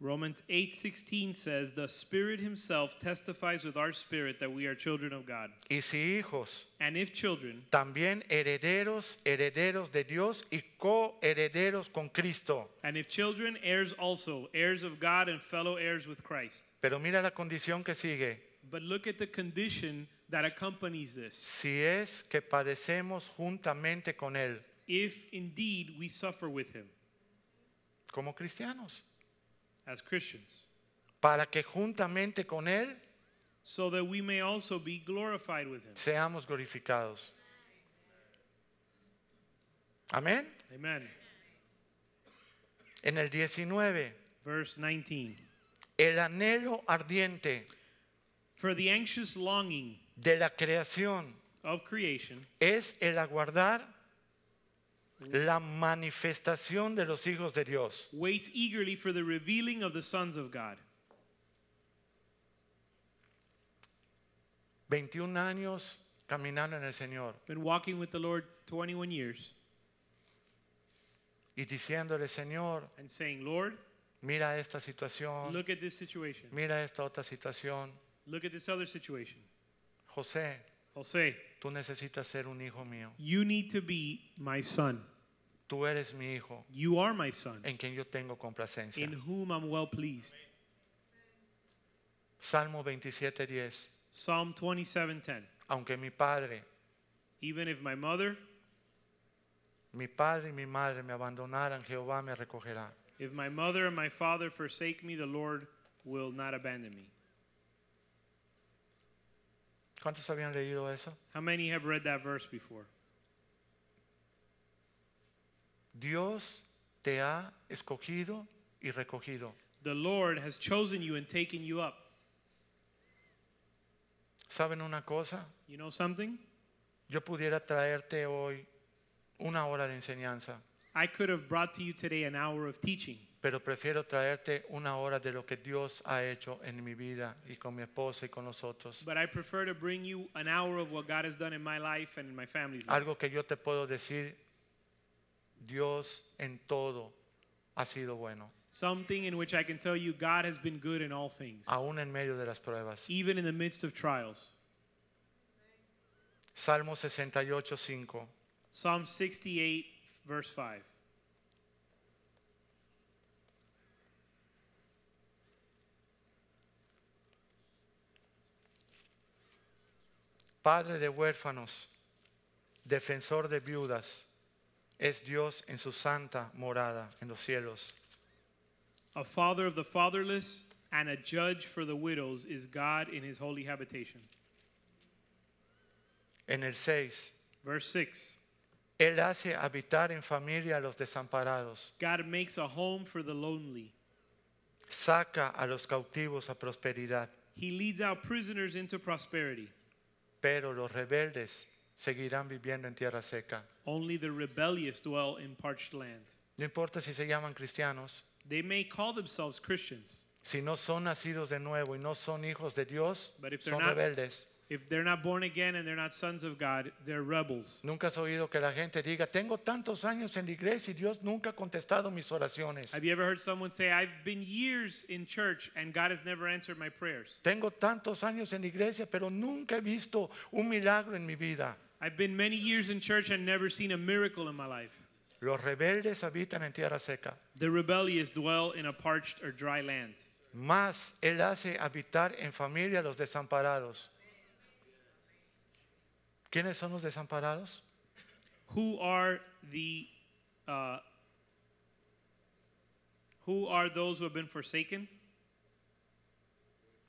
D: Romans 8:16 says, "The Spirit himself testifies with our spirit that we are children of God.
C: Y si hijos,
D: And if children,
C: también herederos, herederos de Dios y coherederos con Cristo.
D: and if children, heirs also, heirs of God and fellow heirs with Christ."
C: Pero mira la condición que sigue,
D: But look at the condition that accompanies this.
C: si es que padecemos juntamente con Él
D: If indeed we suffer with him
C: como cristianos,
D: as Christians,
C: para que juntamente con Él
D: so that we may also be glorified with him.
C: seamos glorificados. Amén.
D: Amen.
C: En el 19,
D: Verse 19.
C: el anhelo ardiente
D: For the anxious longing
C: de la creación
D: of creation
C: es el aguardar la manifestación de los hijos de Dios.
D: waits eagerly for the revealing of the sons of God.
C: 21 años caminando en el Señor
D: Been walking with the Lord 21 years
C: y diciéndole, Señor,
D: and saying, Lord,
C: mira esta situación,
D: look at this situation.
C: mira esta otra situación.
D: Look at this other situation.
C: José,
D: Jose,
C: tú necesitas ser un hijo mío.
D: you need to be my son.
C: Tú eres mi hijo
D: You are my son,
C: en quien yo tengo complacencia.
D: in whom I'm well pleased.
C: Salmo 27:10.
D: Psalm 27:10.
C: Aunque mi padre,
D: Even if my mother,
C: mi padre y mi madre me abandonaran, Jehová me recogerá.
D: if my mother and my father forsake me, the Lord will not abandon me.
C: ¿Cuántos habían leído eso?
D: How many have read that verse before?
C: Dios te ha escogido y recogido.
D: The Lord has chosen you and taken you up.
C: ¿Saben una cosa?
D: You know something?
C: Yo pudiera traerte hoy una hora de enseñanza,
D: I could have brought to you today an hour of teaching,
C: pero prefiero traerte una hora de lo que Dios ha hecho en mi vida y con mi esposa y con nosotros.
D: but I prefer to bring you an hour of what God has done in my life and in my family's life.
C: Algo que yo te puedo decir, Dios en todo ha sido bueno,
D: Something in which I can tell you God has been good in all things,
C: aún en medio de las pruebas.
D: even in the midst of trials.
C: Salmo 68, 5.
D: Psalm 68, verse 5.
C: Padre de huérfanos, defensor de viudas, es Dios en su santa morada en los cielos.
D: A father of the fatherless and a judge for the widows is God in his holy habitation.
C: En el 6,
D: Verse 6.
C: Él hace habitar en familia a los desamparados,
D: God makes a home for the lonely.
C: saca a los cautivos a prosperidad,
D: He leads out prisoners into prosperity.
C: pero los rebeldes seguirán viviendo en tierra seca.
D: Only the rebellious dwell in parched land.
C: No importa si se llaman cristianos,
D: They may call themselves Christians.
C: si no son nacidos de nuevo y no son hijos de Dios,
D: But if they're
C: son
D: not-
C: rebeldes.
D: If they're not born again and they're not sons of God, they're rebels.
C: Nunca has oído que la gente diga, tengo tantos años en la iglesia y Dios nunca ha contestado mis oraciones.
D: Have you ever heard someone say, I've been years in church and God has never answered my prayers?
C: Tengo tantos años en la iglesia, pero nunca he visto un milagro en mi vida.
D: I've been many years in church and never seen a miracle in my life.
C: Los rebeldes habitan en tierra seca,
D: The rebellious dwell in a parched or dry land.
C: más Él hace habitar en familia a los desamparados. ¿Quiénes son los desamparados?
D: Who are the uh, who are those who have been forsaken?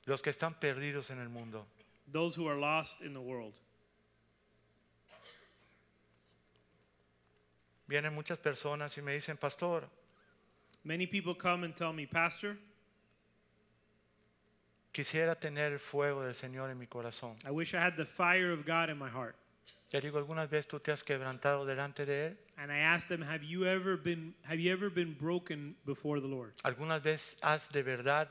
C: Los que están perdidos en el mundo.
D: Those who are lost in the world.
C: Vienen muchas personas y me dicen, pastor,
D: Many people come and tell me, Pastor,
C: quisiera tener el fuego del Señor en mi corazón.
D: I wish I had the fire of God in my heart.
C: Le digo, ¿alguna vez tú te has quebrantado delante de Él?
D: And I asked them, Have you ever been have you ever been broken before the Lord?
C: ¿Alguna vez has de verdad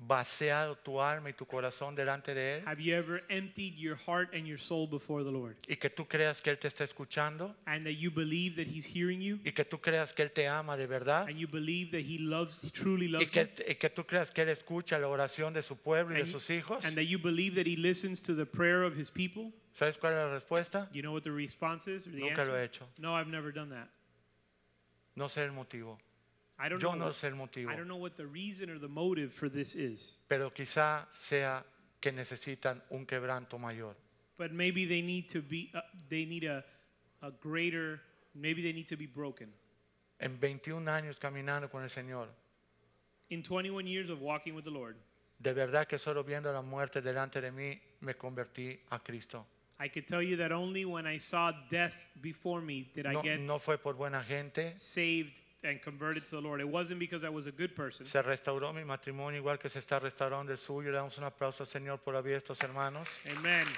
C: vaciado tu alma y tu corazón delante de Él?
D: Have you ever emptied your heart and your soul before the Lord?
C: y que tú creas que Él te está escuchando
D: And that you believe that He's hearing you?
C: y que tú creas que Él te ama de verdad
D: And you believe that He loves, He truly
C: y
D: loves you?
C: que, y que tú creas que Él escucha la oración de su pueblo y de
D: And,
C: sus hijos.
D: and that you believe that He listens to the prayer of His people?
C: ¿Sabes cuál es la respuesta?
D: You know what the response is? Or the
C: Nunca
D: answer?
C: lo he hecho.
D: No, I've never done that.
C: No sé el motivo.
D: I don't
C: Yo
D: know.
C: no sé el motivo.
D: I don't know what the reason or the motive for this is.
C: Pero quizá sea que necesitan un quebranto mayor.
D: But maybe they need to be, uh, they need a, a greater, maybe they need to be broken.
C: En 21 años caminando con el Señor,
D: In 21 years of walking with the Lord,
C: de verdad que solo viendo la muerte delante de mí me convertí a Cristo.
D: I could tell you that only when I saw death before me did I
C: No,
D: get
C: no fue por buena gente.
D: saved and converted to the Lord. It wasn't because I was a good person.
C: Se restauró mi matrimonio igual que se está restaurando el suyo. Le damos un aplauso al Señor por haber estos hermanos.
D: Amen.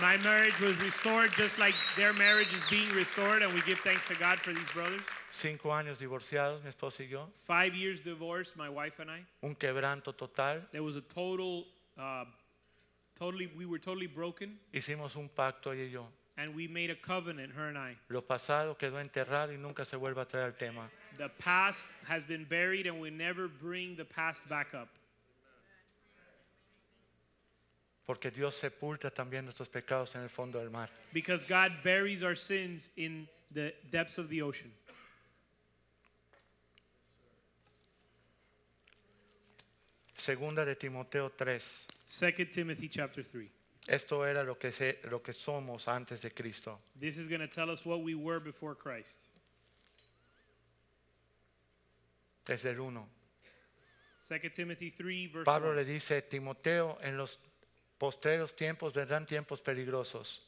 D: My marriage was restored just like their marriage is being restored, and we give thanks to God for these brothers.
C: Cinco años divorciados, mi esposa y yo.
D: Five years divorced, my wife and I.
C: Un quebranto total.
D: There was a total, uh, totally, we were totally broken,
C: Hicimos un pacto ella y yo.
D: and we made a covenant, her and I.
C: Lo pasado quedó enterrado y nunca se vuelve a traer al tema.
D: The past has been buried, and we never bring the past back up.
C: Porque Dios sepulta también nuestros pecados en el fondo del mar.
D: Because God buries our sins in the depths of the ocean.
C: Segunda de Timoteo 3.
D: 2 Timothy chapter 3.
C: Esto era lo que, se- lo que somos antes de Cristo.
D: This is going to tell us what we were before Christ.
C: Desde el 1.
D: 2 Timothy 3, verse
C: Pablo
D: 1.
C: le dice, Timoteo, en los postreros tiempos vendrán tiempos peligrosos.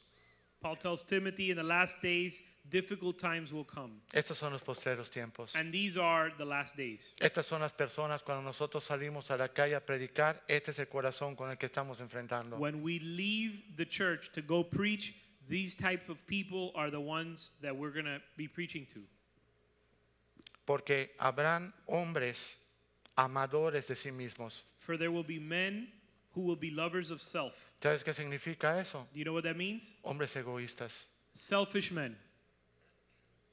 D: Paul tells Timothy, in the last days, difficult times will come.
C: Estos son los postreros tiempos.
D: And these are the last days.
C: Estas son las personas cuando nosotros salimos a la calle a predicar, este es el corazón con el que estamos enfrentando.
D: When we leave the church to go preach, these type of people are the ones that we're going to be preaching to.
C: Porque habrán hombres amadores de sí mismos.
D: For there will be men who will be lovers of self.
C: ¿Sabes qué significa eso?
D: Do you know what that means?
C: Hombres egoístas
D: Selfish men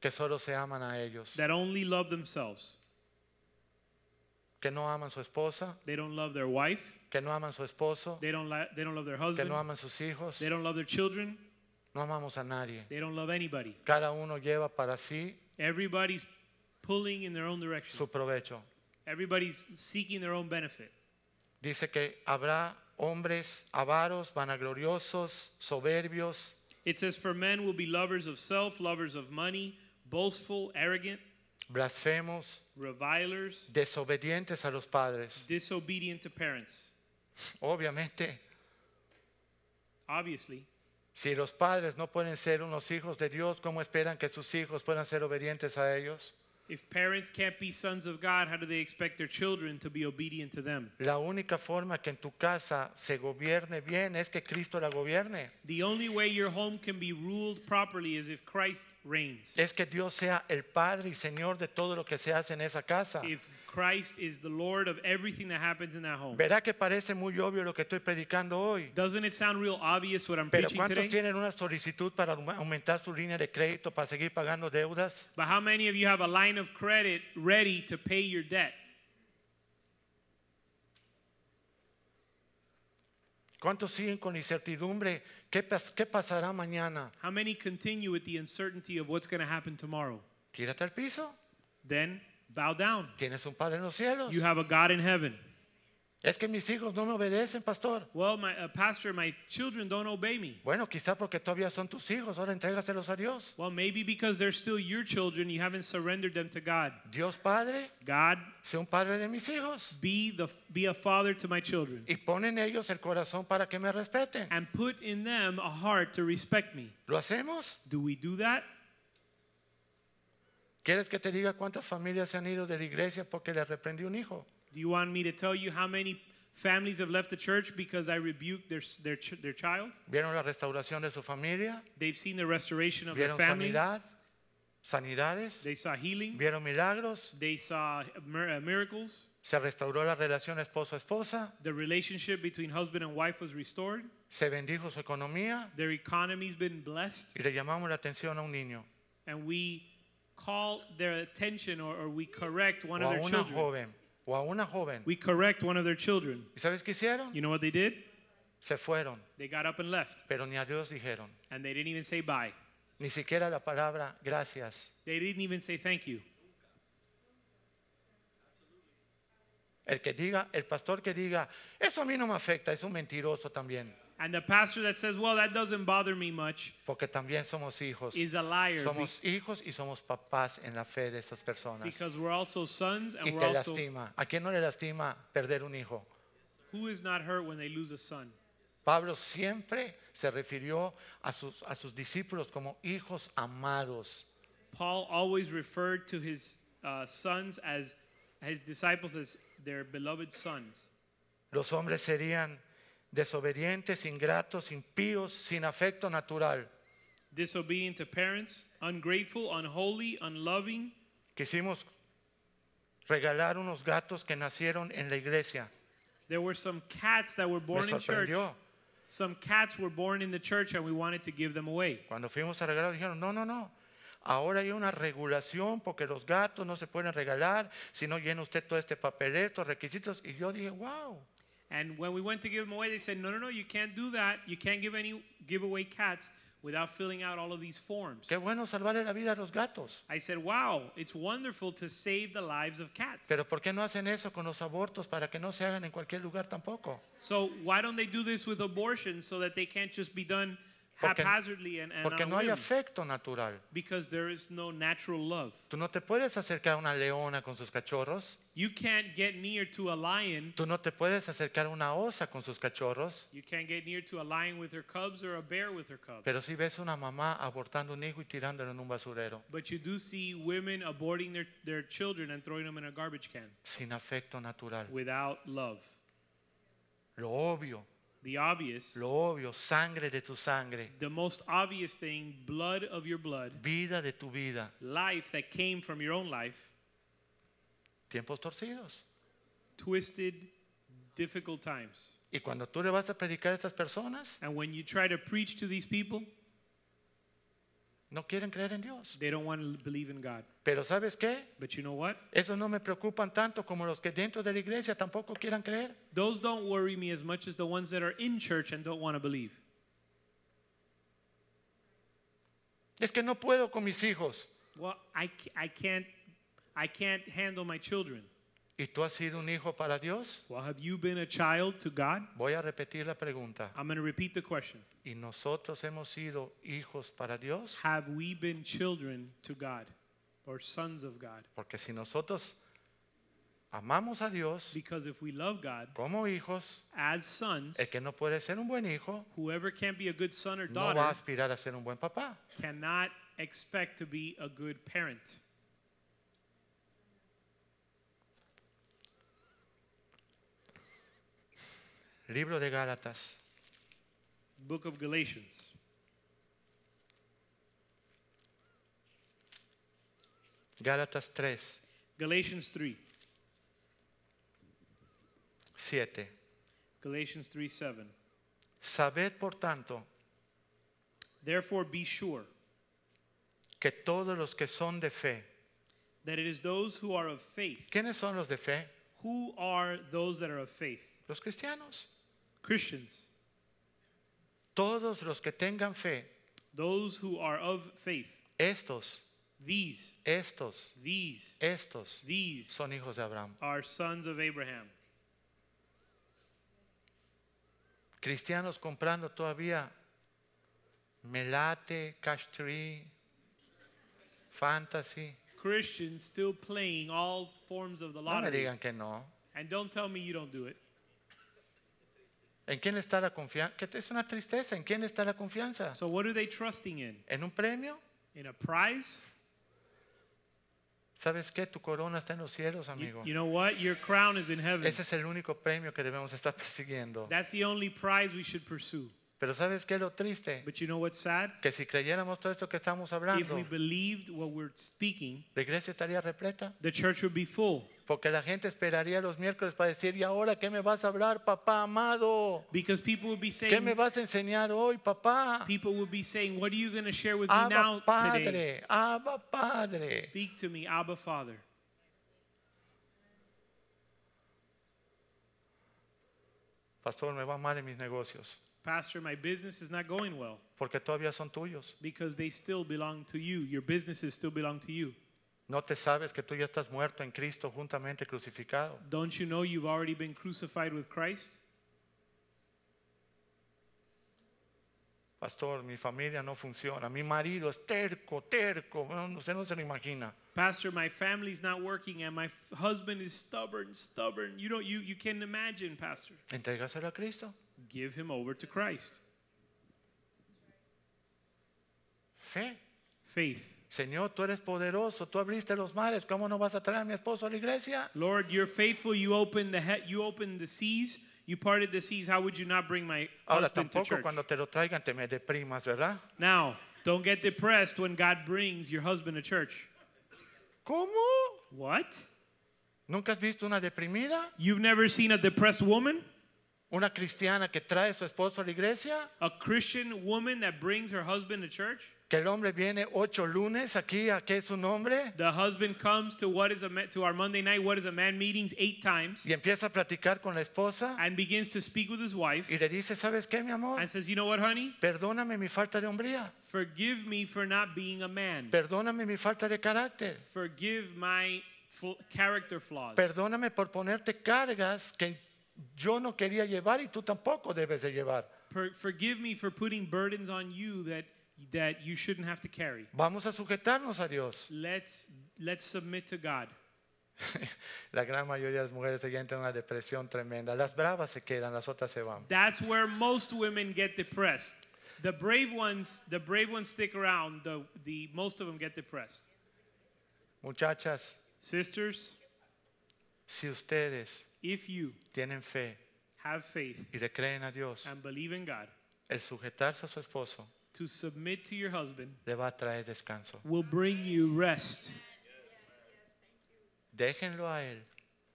C: que solo se aman a ellos,
D: that only love themselves.
C: que no aman su esposa,
D: They don't love their wife.
C: que no aman su esposo,
D: They don't, li- they don't love their
C: que
D: husband.
C: no aman sus hijos.
D: They don't love their children.
C: No amamos a nadie.
D: They don't love anybody.
C: Cada uno lleva para sí
D: Everybody's pulling in their own direction.
C: su provecho.
D: Everybody's seeking their own benefit.
C: Dice que habrá hombres avaros, vanagloriosos, soberbios,
D: It says, For men will be lovers of self, lovers of money, boastful, arrogant,
C: blasfemos,
D: revilers,
C: desobedientes a los padres.
D: disobedient to parents.
C: Obviamente,
D: Obviously,
C: si los padres no pueden ser unos hijos de Dios, ¿cómo esperan que sus hijos puedan ser obedientes a ellos?
D: if parents can't be sons of God, how do they expect their children to be obedient to them?
C: La única forma que en tu casa se gobierne bien es que Cristo la gobierne.
D: The only way your home can be ruled properly is if Christ reigns.
C: Es que Dios sea el Padre y Señor de todo lo que se hace en esa casa.
D: If Christ is the Lord of everything that happens in that home.
C: Verá que parece muy obvio lo que estoy predicando hoy.
D: Doesn't it sound real obvious what I'm
C: Pero
D: preaching
C: ¿cuántos
D: today?
C: tienen una solicitud para aum- aumentar su línea de crédito para seguir pagando deudas?
D: But how many of you have a line of credit ready to pay your debt?
C: ¿Cuántos siguen con incertidumbre? ¿Qué, pas- qué pasará mañana?
D: How many continue with the uncertainty of what's going to happen tomorrow?
C: Tírate al piso.
D: Then bow down.
C: Tienes un Padre en los cielos.
D: You have a God in heaven.
C: Es que mis hijos no me obedecen, pastor.
D: Well, my uh, pastor, my children don't obey me.
C: Bueno, quizá porque todavía son tus hijos. Ahora entrégaselos a Dios.
D: Well, maybe because they're still your children, you haven't surrendered them to God.
C: Dios Padre,
D: God,
C: sea un Padre de mis hijos.
D: be the be a father to my children
C: Y pon en ellos el corazón para que me respeten.
D: and put in them a heart to respect me.
C: ¿Lo hacemos?
D: Do we do that?
C: ¿Quieres que te diga cuántas familias se han ido de la iglesia porque les reprendí un hijo?
D: Do you want me to tell you how many families have left the church because I rebuked their, their, ch- their child?
C: ¿Vieron la restauración de su familia?
D: They've seen the restoration of their
C: ¿Vieron
D: family.
C: sanidad? ¿Sanidades?
D: They saw healing.
C: ¿Vieron milagros?
D: They saw mir- uh, miracles.
C: ¿Se restauró la relación esposo-esposa?
D: The relationship between husband and wife was restored.
C: ¿Se bendijo su economía?
D: Their economy's been blessed.
C: Y le llamamos la atención a un niño
D: And we call their attention or, or we correct one
C: o
D: of
C: a
D: their
C: una
D: children.
C: joven o a una joven.
D: We correct one of their children.
C: ¿Y sabes qué hicieron?
D: You know what they did?
C: Se fueron,
D: They got up and left.
C: pero ni a Dios dijeron.
D: And they didn't even say bye.
C: Ni siquiera la palabra gracias.
D: They didn't even say thank you.
C: El que diga, el pastor que diga, eso a mí no me afecta, es un mentiroso también,
D: And the pastor that says, well, that doesn't bother me much.
C: porque también somos hijos.
D: is a liar
C: Somos hijos y somos papás en la fe de esas
D: be-
C: personas.
D: because we're also sons
C: Y
D: and we're
C: te
D: also
C: lastima. ¿A quién no le lastima perder un hijo?
D: who is not hurt when they lose a son.
C: Pablo siempre se refirió a sus, a sus discípulos como hijos amados.
D: Paul always referred to his uh, sons as his disciples as their beloved sons.
C: Los hombres serían desobedientes, ingratos, impíos, sin afecto natural.
D: Disobedient to parents, ungrateful, unholy, unloving.
C: Quisimos regalar unos gatos que nacieron en la iglesia.
D: There were some cats that were
C: Me
D: born in church.
C: sorprendió.
D: Some cats were born in the church and we wanted to give them away.
C: Cuando fuimos a regalar dijeron, no, no, no. Ahora hay una regulación porque los gatos no se pueden regalar si no llena usted todo este papel, estos requisitos. Y yo dije, wow.
D: And when we went to give them away, they said, "No, no, no, you can't do that. You can't give any give away cats without filling out all of these forms."
C: Qué bueno salvarle la vida a los gatos.
D: I said, wow, it's wonderful to save the lives of cats.
C: Pero ¿por qué no hacen eso con los abortos para que no se hagan en cualquier lugar tampoco?
D: so why don't they do this with abortion so that they can't just be done
C: Porque-
D: haphazardly and, and
C: Porque
D: on a
C: no hay
D: whim,
C: afecto natural.
D: because there is no natural love.
C: Tú no te puedes acercar a una leona con sus cachorros.
D: You can't get near to a lion.
C: Tú no te puedes acercar a una osa con sus cachorros.
D: You can't get near to a lion with her cubs or a bear with her cubs.
C: Pero si ves una mamá abortando un hijo y tirándolo en un basurero,
D: But you do see women aborting their, their children and throwing them in a garbage can
C: sin afecto natural.
D: without love.
C: Lo obvio,
D: The obvious,
C: lo obvio, sangre de tu sangre,
D: the most obvious thing, blood of your blood,
C: vida de tu vida,
D: life that came from your own life,
C: tiempos torcidos.
D: twisted, difficult times.
C: Y cuando tú le vas a predicar a estas personas,
D: And when you try to preach to these people,
C: no quieren creer en Dios.
D: they don't want to believe in God.
C: Pero ¿sabes qué?
D: But you know what?
C: Esos no me preocupan tanto como los que dentro de la iglesia tampoco quieran creer.
D: Those don't worry me as much as the ones that are in church and don't want to believe.
C: Es que no puedo con mis hijos.
D: Well, I, ca- I can't I can't handle my children.
C: ¿Y tú has sido un hijo para Dios?
D: Well, have you been a child to God?
C: Voy a repetir la pregunta.
D: I'm going to repeat the question.
C: ¿Y nosotros hemos sido hijos para Dios?
D: Have we been children to God or sons of God?
C: Porque si nosotros amamos a Dios
D: Because if we love God
C: como hijos,
D: as sons,
C: el que no puede ser un buen hijo
D: whoever can't be a good son or
C: no va a
D: daughter
C: aspirar a ser un buen papá.
D: cannot expect to be a good parent.
C: Libro de Gálatas,
D: Book of Galatians,
C: Gálatas 3,
D: Galatians 3,
C: 7.
D: Galatians 3 7.
C: Sabed, por tanto,
D: Therefore, be sure
C: que todos los que son de fe,
D: that it is those who are of faith.
C: ¿quiénes son los de fe?
D: Who are those that are of faith?
C: Los cristianos.
D: Christians,
C: Todos los que tengan fe,
D: those who are of faith.
C: estos,
D: These,
C: estos,
D: these,
C: estos
D: these
C: son hijos de Abraham.
D: are sons of Abraham.
C: Cristianos comprando todavía Melate, Cash Tree, Fantasy.
D: Christians still playing all forms of the
C: No me
D: lottery.
C: digan que no.
D: and don't tell me you don't do it.
C: ¿En quién está la confianza? Que es una tristeza. ¿En quién está la confianza?
D: So what are they trusting in?
C: ¿En un premio?
D: In a prize?
C: ¿Sabes qué? Tu corona está en los cielos,
D: You-
C: amigo.
D: you know what? Your crown is in heaven.
C: Ese es el único premio que debemos estar persiguiendo.
D: That's the only prize we should pursue.
C: Pero ¿sabes qué? es Lo triste,
D: But you know what's sad?
C: que si creyéramos todo esto que estamos
D: If
C: hablando,
D: we believed what we're speaking,
C: la iglesia estaría repleta.
D: the church would be full.
C: Porque la gente esperaría los miércoles para decir, ¿y ahora qué me vas a hablar, papá amado?
D: Because people would be
C: ¿Qué
D: saying,
C: me vas a enseñar hoy, papá?
D: people would be saying, What are you going to share with me now
C: Abba
D: today?
C: Padre, Abba Padre.
D: Speak to me, Abba Father.
C: Pastor, me va mal en mis negocios,
D: Pastor, my business is not going well
C: porque todavía son tuyos.
D: because they still belong to you. Your businesses still belong to you.
C: ¿No te sabes que tú ya estás muerto en Cristo juntamente crucificado?
D: Don't you know you've already been crucified with Christ?
C: Pastor, mi familia no funciona, mi marido es terco, terco, Bueno, usted no se lo imagina.
D: Pastor, my family's not working and my f- husband is stubborn, stubborn. You don't you you can imagine, Pastor.
C: Entrégaselo a Cristo.
D: Give him over to Christ.
C: Fe.
D: Faith.
C: Señor, tú eres poderoso, tú abriste los mares, ¿cómo no vas a traer a mi esposo a la iglesia?
D: Lord, you're faithful. You opened the he- you opened the seas. You parted the seas. How would you not bring my
C: Ahora
D: husband to
C: tampoco
D: church?
C: cuando te lo traigan te me deprimas, ¿verdad?
D: Now, don't get depressed when God brings your husband to church.
C: ¿Cómo?
D: What?
C: ¿Nunca has visto una deprimida?
D: You've never seen a depressed woman?
C: ¿Una cristiana que trae a su esposo a la iglesia?
D: A Christian woman that brings her husband to church?
C: Que el hombre viene ocho lunes aquí, ¿a qué es su nombre?
D: The husband comes to what is a ma- to our Monday night what is a man meetings 8 times
C: Y empieza a platicar con la esposa
D: and begins to speak with his wife
C: y le dice, ¿sabes qué, mi amor?
D: and says, "You know what, honey?
C: Perdóname mi falta de hombría.
D: Forgive me for not being a man.
C: Perdóname mi falta de carácter.
D: Forgive my fl- character flaws."
C: Perdóname por ponerte cargas que yo no quería llevar y tú tampoco debes de llevar.
D: Per- forgive me for putting burdens on you that that you shouldn't have to carry.
C: Vamos a sujetarnos a Dios.
D: Let's let's submit to God.
C: La gran mayoría de las mujeres se entran en una depresión tremenda. Las bravas se quedan, las otras se van.
D: That's where most women get depressed. The brave ones, the brave ones stick around. The the most of them get depressed.
C: Muchachas,
D: Sisters,
C: si ustedes
D: if you
C: tienen fe
D: have faith
C: y le creen a Dios,
D: and believe in God,
C: el sujetarse a su esposo
D: to submit to your husband
C: le va a traer descanso.
D: will bring you rest.
C: Déjenlo a él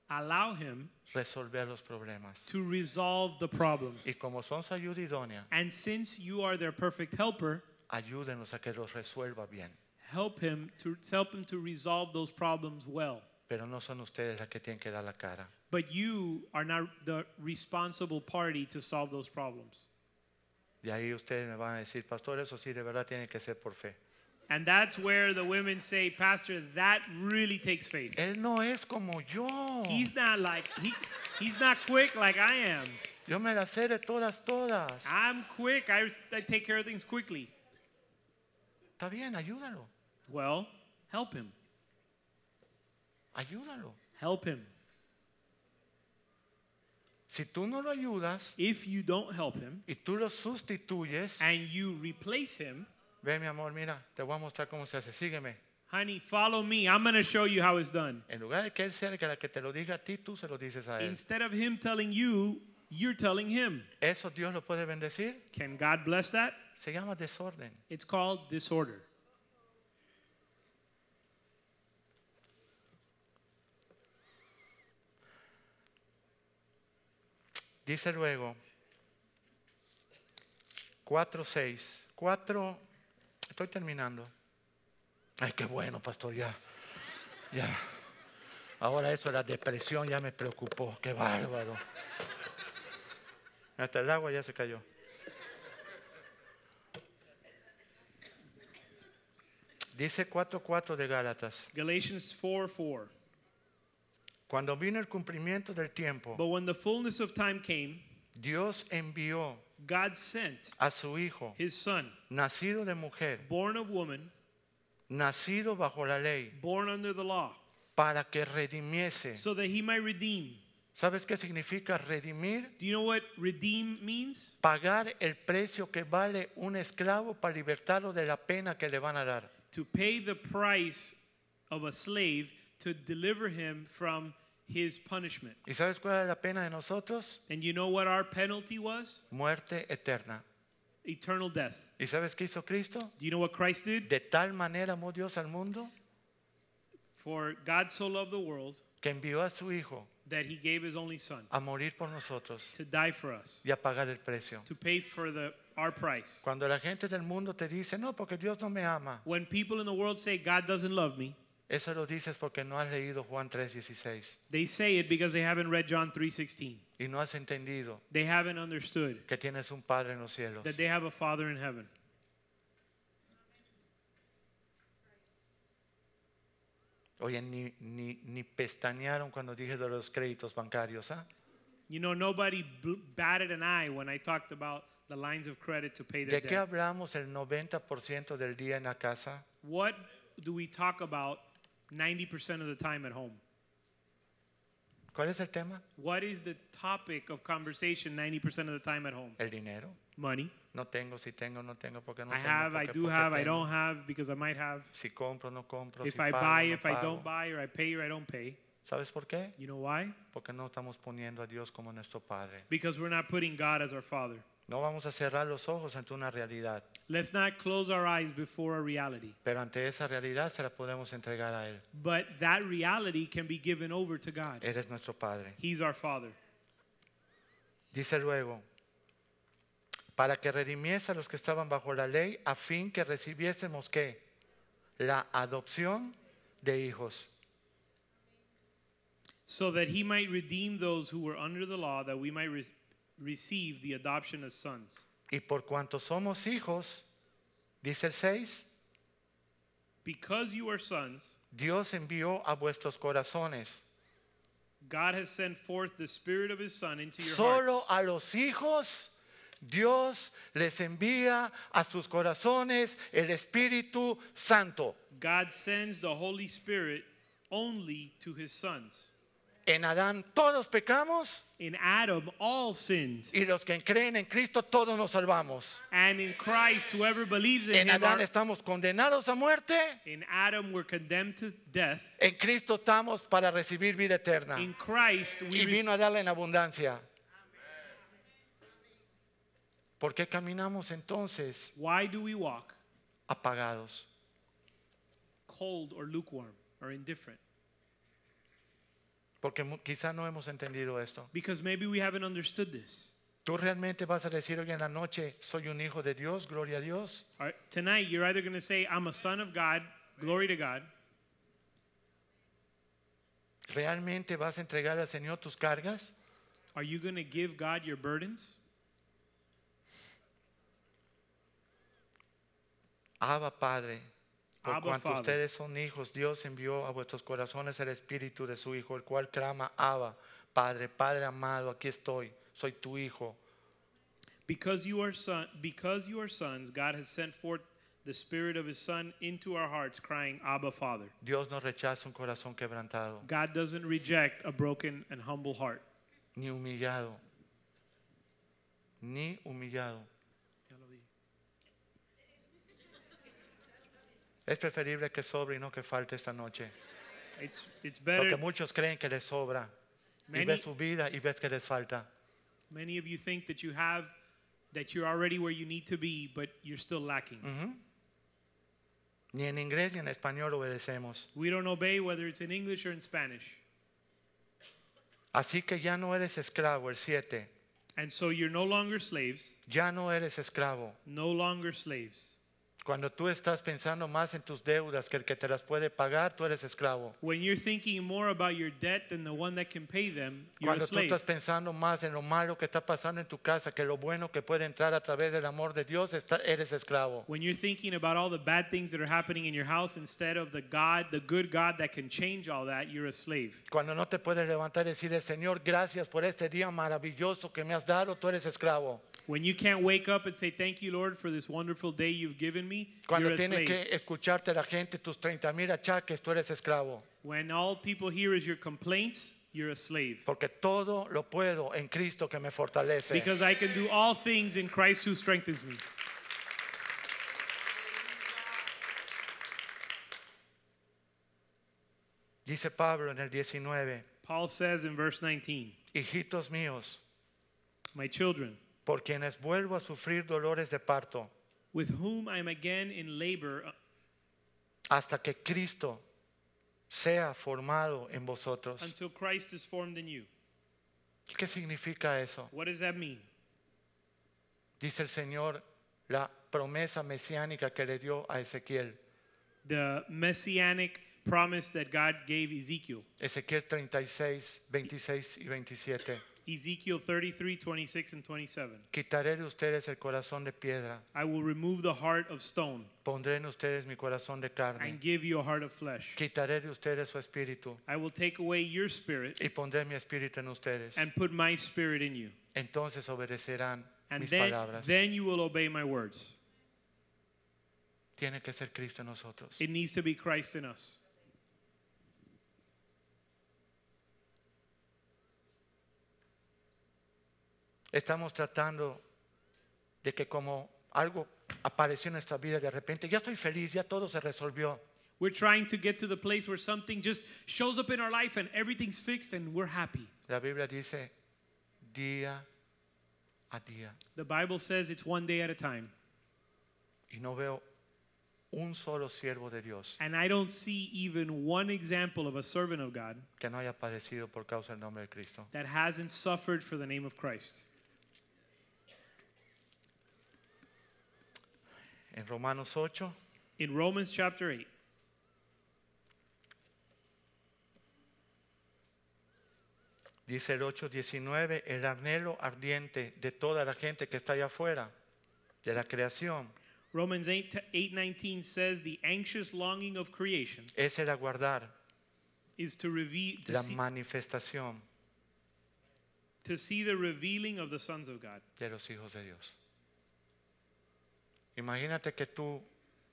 D: Allow him
C: resolver los problemas.
D: to resolve the problems.
C: Y como son su ayuda idónea,
D: And since you are their perfect helper,
C: ayúdenos a que los resuelva bien.
D: help him to help him to resolve those problems well.
C: Pero no son ustedes las que tienen que dar la cara.
D: But you are not the responsible party to solve those problems.
C: Y ahí ustedes me van a decir, pastor, eso sí, de verdad tiene que ser por fe.
D: And that's where the women say, Pastor, that really takes faith.
C: Él no es como yo.
D: He's not like he he's not quick like I am.
C: Yo me la sé de todas, todas.
D: I'm quick. I, I take care of things quickly.
C: Está bien, ayúdalo.
D: Well, help him.
C: Ayúdalo.
D: Help him.
C: Si tú no lo ayudas
D: If you don't help him
C: y tú lo sustituyes,
D: and you replace him,
C: ve mi amor, mira, te voy a mostrar cómo se hace. Sígueme.
D: honey, follow me. I'm going to show you how it's done.
C: En lugar de que él sea el que la que te lo diga a ti, tú se lo dices a él.
D: Instead of him telling you, you're telling him.
C: Eso Dios lo puede bendecir.
D: Can God bless that?
C: Se llama desorden.
D: It's called disorder.
C: Dice luego 4.6. 4. Estoy terminando. Ay, qué bueno, pastor, ya. Ya. Ahora eso de la depresión ya me preocupó. Qué bárbaro. Hasta el agua ya se cayó. Dice 4.4 de Gálatas.
D: Galatians 4 4.
C: Cuando vino el cumplimiento del tiempo,
D: But when the fullness of time came,
C: Dios envió
D: God sent
C: a su Hijo,
D: his son,
C: nacido de mujer,
D: born of woman,
C: nacido bajo la ley,
D: born under the law,
C: para que redimiese.
D: so that he might redeem.
C: ¿Sabes qué significa redimir?
D: Do you know what redeem means?
C: Pagar el precio que vale un esclavo para libertarlo de la pena que le van a dar.
D: To pay the price of a slave to deliver him from his punishment.
C: ¿Y sabes cuál es la pena de nosotros?
D: And you know what our penalty was?
C: Muerte eterna.
D: Eternal death.
C: ¿Y sabes qué hizo Cristo?
D: Do you know what Christ did?
C: De tal manera amó Dios al mundo
D: For God so loved the world
C: que envió a su Hijo
D: that he gave his only son
C: a morir por nosotros
D: to die for us,
C: y a pagar el precio.
D: to pay for the our price.
C: Cuando la gente del mundo te dice, no, porque Dios no me ama,
D: When people in the world say God doesn't love me,
C: eso lo dices porque no has leído Juan 3:16
D: they say it because they haven't read John 3:16.
C: y no has entendido
D: They haven't understood
C: que tienes un Padre en los cielos.
D: that they have a father in heaven.
C: Oye, ni, ni, ni pestañearon cuando dije de los créditos bancarios. ¿ah?
D: You know nobody b- batted an eye when I talked about the lines of credit to pay
C: ¿De
D: their
C: qué
D: debt.
C: hablamos el 90% del día en la casa?
D: What do we talk about 90% of the time at home?
C: ¿Cuál es el tema?
D: What is the topic of conversation 90% of the time at home?
C: El dinero.
D: Money.
C: No tengo, si tengo, no tengo, porque no
D: I
C: tengo.
D: have, I
C: porque-
D: do
C: porque
D: have, I
C: tengo.
D: don't have because I might have.
C: Si compro, no compro.
D: If
C: si
D: I
C: pago,
D: buy,
C: no
D: if I
C: pago.
D: don't buy, or I pay or I don't pay.
C: ¿Sabes por qué?
D: You know why?
C: Porque no estamos poniendo a Dios como nuestro Padre.
D: Because we're not putting God as our Father.
C: No vamos a cerrar los ojos ante una realidad,
D: Let's not close our eyes before a reality.
C: pero ante esa realidad se la podemos entregar a Él.
D: But that reality can be given over to God.
C: Él es nuestro Padre.
D: He's our Father.
C: Dice luego, para que redimiese a los que estaban bajo la ley, a fin que recibiésemos qué? La adopción de hijos.
D: So that he might redeem those who were under the law, that we might re- receive the adoption as sons.
C: Y por cuanto somos hijos, dice el 6,
D: Because you are sons,
C: Dios envió a vuestros corazones.
D: God has sent forth the Spirit of His Son into your
C: Solo a
D: hearts.
C: los hijos Dios les envía a sus corazones el Espíritu Santo
D: God sends the Holy Spirit only to his sons.
C: En Adán todos pecamos
D: In Adam, all sinned.
C: y los que creen en Cristo todos nos salvamos.
D: And in Christ, whoever believes in
C: En
D: him.
C: Adán
D: Are,
C: estamos condenados a muerte,
D: in Adam, we're condemned to death.
C: en Cristo estamos para recibir vida eterna.
D: In Christ, we
C: Y vino a
D: receive.
C: darla en abundancia. ¿Por qué caminamos entonces
D: Why do we walk
C: apagados?
D: cold or lukewarm or indifferent?
C: Porque mu- quizá no hemos entendido esto.
D: Because maybe we haven't understood this.
C: ¿Tú realmente vas a decir hoy en la noche, soy un hijo de Dios, gloria a Dios?
D: All right, tonight, you're either going to say, I'm a son of God, glory to God.
C: ¿Realmente vas a entregar al Señor tus cargas?
D: Are you going to give God your burdens?
C: Abba Padre, por
D: Abba,
C: cuanto
D: Father.
C: ustedes son hijos, Dios envió a vuestros corazones el Espíritu de su Hijo, el cual clama Abba, Padre, Padre amado, aquí estoy, soy tu Hijo.
D: Because you are son, because you are sons, God has sent forth the Spirit of His Son into our hearts, crying, "Abba, Father."
C: Dios no rechaza un corazón quebrantado,
D: God doesn't reject a broken and humble heart,
C: ni humillado, ni humillado. Es preferible que sobre y no que falte esta noche.
D: it's it's
C: Porque
D: better.
C: muchos creen que les sobra. Y
D: Many-
C: ves su vida y ves que les falta.
D: Many of you think that you have, that you're already where you need to be, but you're still lacking.
C: Mm-hmm. Ni en inglés ni en español obedecemos.
D: We don't obey whether it's in English or in Spanish,
C: Así que ya no eres esclavo, el 7.
D: and so you're no longer slaves,
C: Ya no eres esclavo.
D: no longer slaves.
C: Cuando tú estás pensando más en tus deudas que el que te las puede pagar, tú eres esclavo.
D: When you're thinking more about your debt than the one that can pay them, you're a
C: Cuando tú
D: slave.
C: estás pensando más en lo malo que está pasando en tu casa que lo bueno que puede entrar a través del amor de Dios, está- eres esclavo.
D: When you're thinking about all the bad things that are happening in your house instead of the God, the good God that can change all that, you're a slave.
C: Cuando no te puedes levantar y decirle, Señor, gracias por este día maravilloso que me has dado, tú eres esclavo.
D: When you can't wake up and say, Thank you, Lord, for this wonderful day you've given me,
C: Cuando
D: you're a
C: tiene
D: slave.
C: que escucharte la gente tus 30 mil achaques, tú eres esclavo.
D: When all people hear is your complaints, you're a slave.
C: Porque todo lo puedo en Cristo que me fortalece.
D: Because I can do all things in Christ who strengthens me.
C: Dice Pablo en el 19,
D: Paul says in verse 19,
C: hijitos míos,
D: My children,
C: por quienes vuelvo a sufrir dolores de parto,
D: with whom I am again in labor, uh,
C: hasta que Cristo sea formado en vosotros.
D: until Christ is formed in you.
C: ¿Qué significa eso?
D: What does that mean?
C: Dice el Señor la promesa mesiánica que le dio a Ezequiel.
D: The messianic promise that God gave Ezekiel.
C: Ezequiel 36, 26 y 27.
D: Ezekiel 33, 26 and 27.
C: Quitaré de ustedes el corazón de piedra,
D: I will remove the heart of stone
C: pondré en ustedes mi corazón de carne,
D: and give you a heart of flesh.
C: quitaré de ustedes su espíritu
D: I will take away your spirit
C: y pondré mi espíritu en ustedes.
D: and put my spirit in you.
C: Entonces obedecerán
D: And
C: mis
D: then,
C: palabras.
D: then you will obey my words.
C: Tiene que ser Cristo en nosotros.
D: It needs to be Christ in us.
C: Estamos tratando de que como algo apareció en nuestra vida de repente, ya estoy feliz, ya todo se resolvió.
D: We're trying to get to the place where something just shows up in our life and everything's fixed and we're happy.
C: La Biblia dice día a día.
D: The Bible says it's one day at a time.
C: Y no veo un solo siervo de Dios
D: And I don't see even one example of a servant of God
C: que no haya padecido por causa del nombre de Cristo.
D: that hasn't suffered for the name of Christ.
C: En Romanos 8,
D: In Romans chapter 8,
C: dice el 8, 19, el anhelo ardiente de toda la gente que está allá afuera, de la creación,
D: Romans 8 to 819 says the anxious longing of creation
C: es el aguardar
D: is to reveal to
C: la
D: see,
C: manifestación
D: to see the revealing of the sons of God.
C: de los hijos de Dios. Imagínate que tú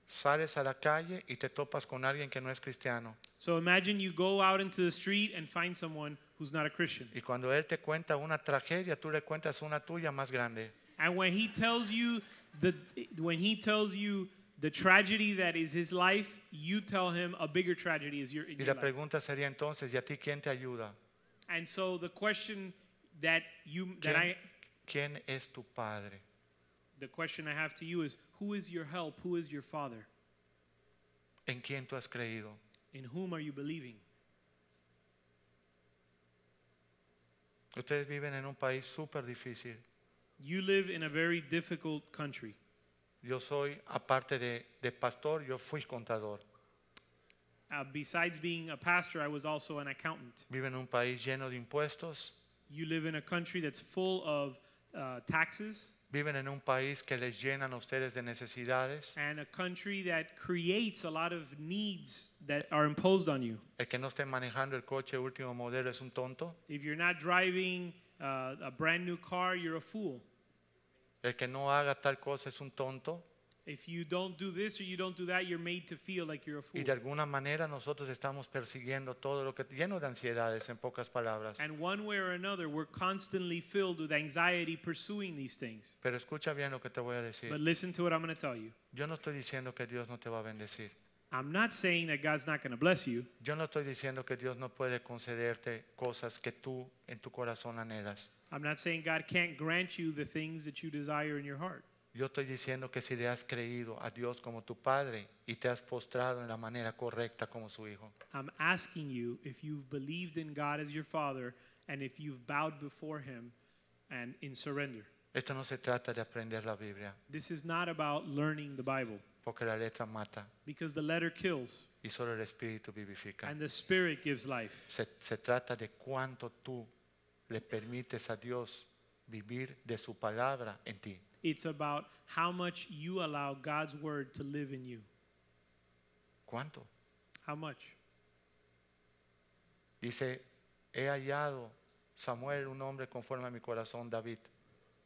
C: sales a la calle y te topas con alguien que no es cristiano
D: So imagine you go out into the street and find someone who's not a Christian.
C: y cuando él te cuenta una tragedia, tú le cuentas una tuya más grande.
D: And when he tells you the when he tells you the tragedy that is his life, you tell him a bigger tragedy is your, in
C: Y
D: your
C: la
D: life.
C: pregunta sería entonces, ¿y a ti quién te ayuda?
D: And so the question that you that I
C: ¿Quién, quién es tu padre?
D: the question I have to you is who is your help? Who is your father?
C: ¿En quién tú has creído?
D: In whom are you believing?
C: Ustedes viven en un país súper difícil.
D: You live in a very difficult country.
C: Yo soy, aparte de, de pastor, yo fui contador.
D: Uh, besides being a pastor, I was also an accountant.
C: Vivo en un país lleno de impuestos.
D: You live in a country that's full of uh, taxes
C: Viven en un país que les llenan a ustedes de necesidades.
D: and a country that creates a lot of needs that are imposed on you.
C: El que no esté manejando el coche último modelo es un tonto.
D: If you're not driving uh, a brand new car, you're a fool.
C: El que no haga tal cosa es un tonto.
D: If you don't do this or you don't do that, you're made to feel like you're a fool.
C: Y de alguna manera nosotros estamos persiguiendo todo lo que lleno de ansiedades, en pocas palabras.
D: And one way or another, we're constantly filled with anxiety pursuing these things.
C: Pero escucha bien lo que te voy a
D: But
C: decir.
D: listen to what I'm going to tell you.
C: Yo no estoy diciendo que Dios no te va a bendecir.
D: I'm not saying that God's not going to bless you.
C: Yo no estoy diciendo que Dios no puede concederte cosas que tú en tu corazón anhelas.
D: I'm not saying God can't grant you the things that you desire in your heart.
C: Yo estoy diciendo que si le has creído a Dios como tu Padre y te has postrado en la manera correcta como su Hijo,
D: I'm asking you if you've believed in God as your Father and if you've bowed before Him and in surrender.
C: esto no se trata de aprender la Biblia,
D: This is not about learning the Bible
C: porque la letra mata
D: because the letter kills
C: y solo el Espíritu vivifica.
D: and the Spirit gives life.
C: Se, se trata de cuánto tú le permites a Dios vivir de su palabra en ti.
D: It's about how much you allow God's Word to live in you.
C: ¿Cuánto?
D: How much?
C: Dice, he hallado Samuel un hombre conforme a mi corazón, David.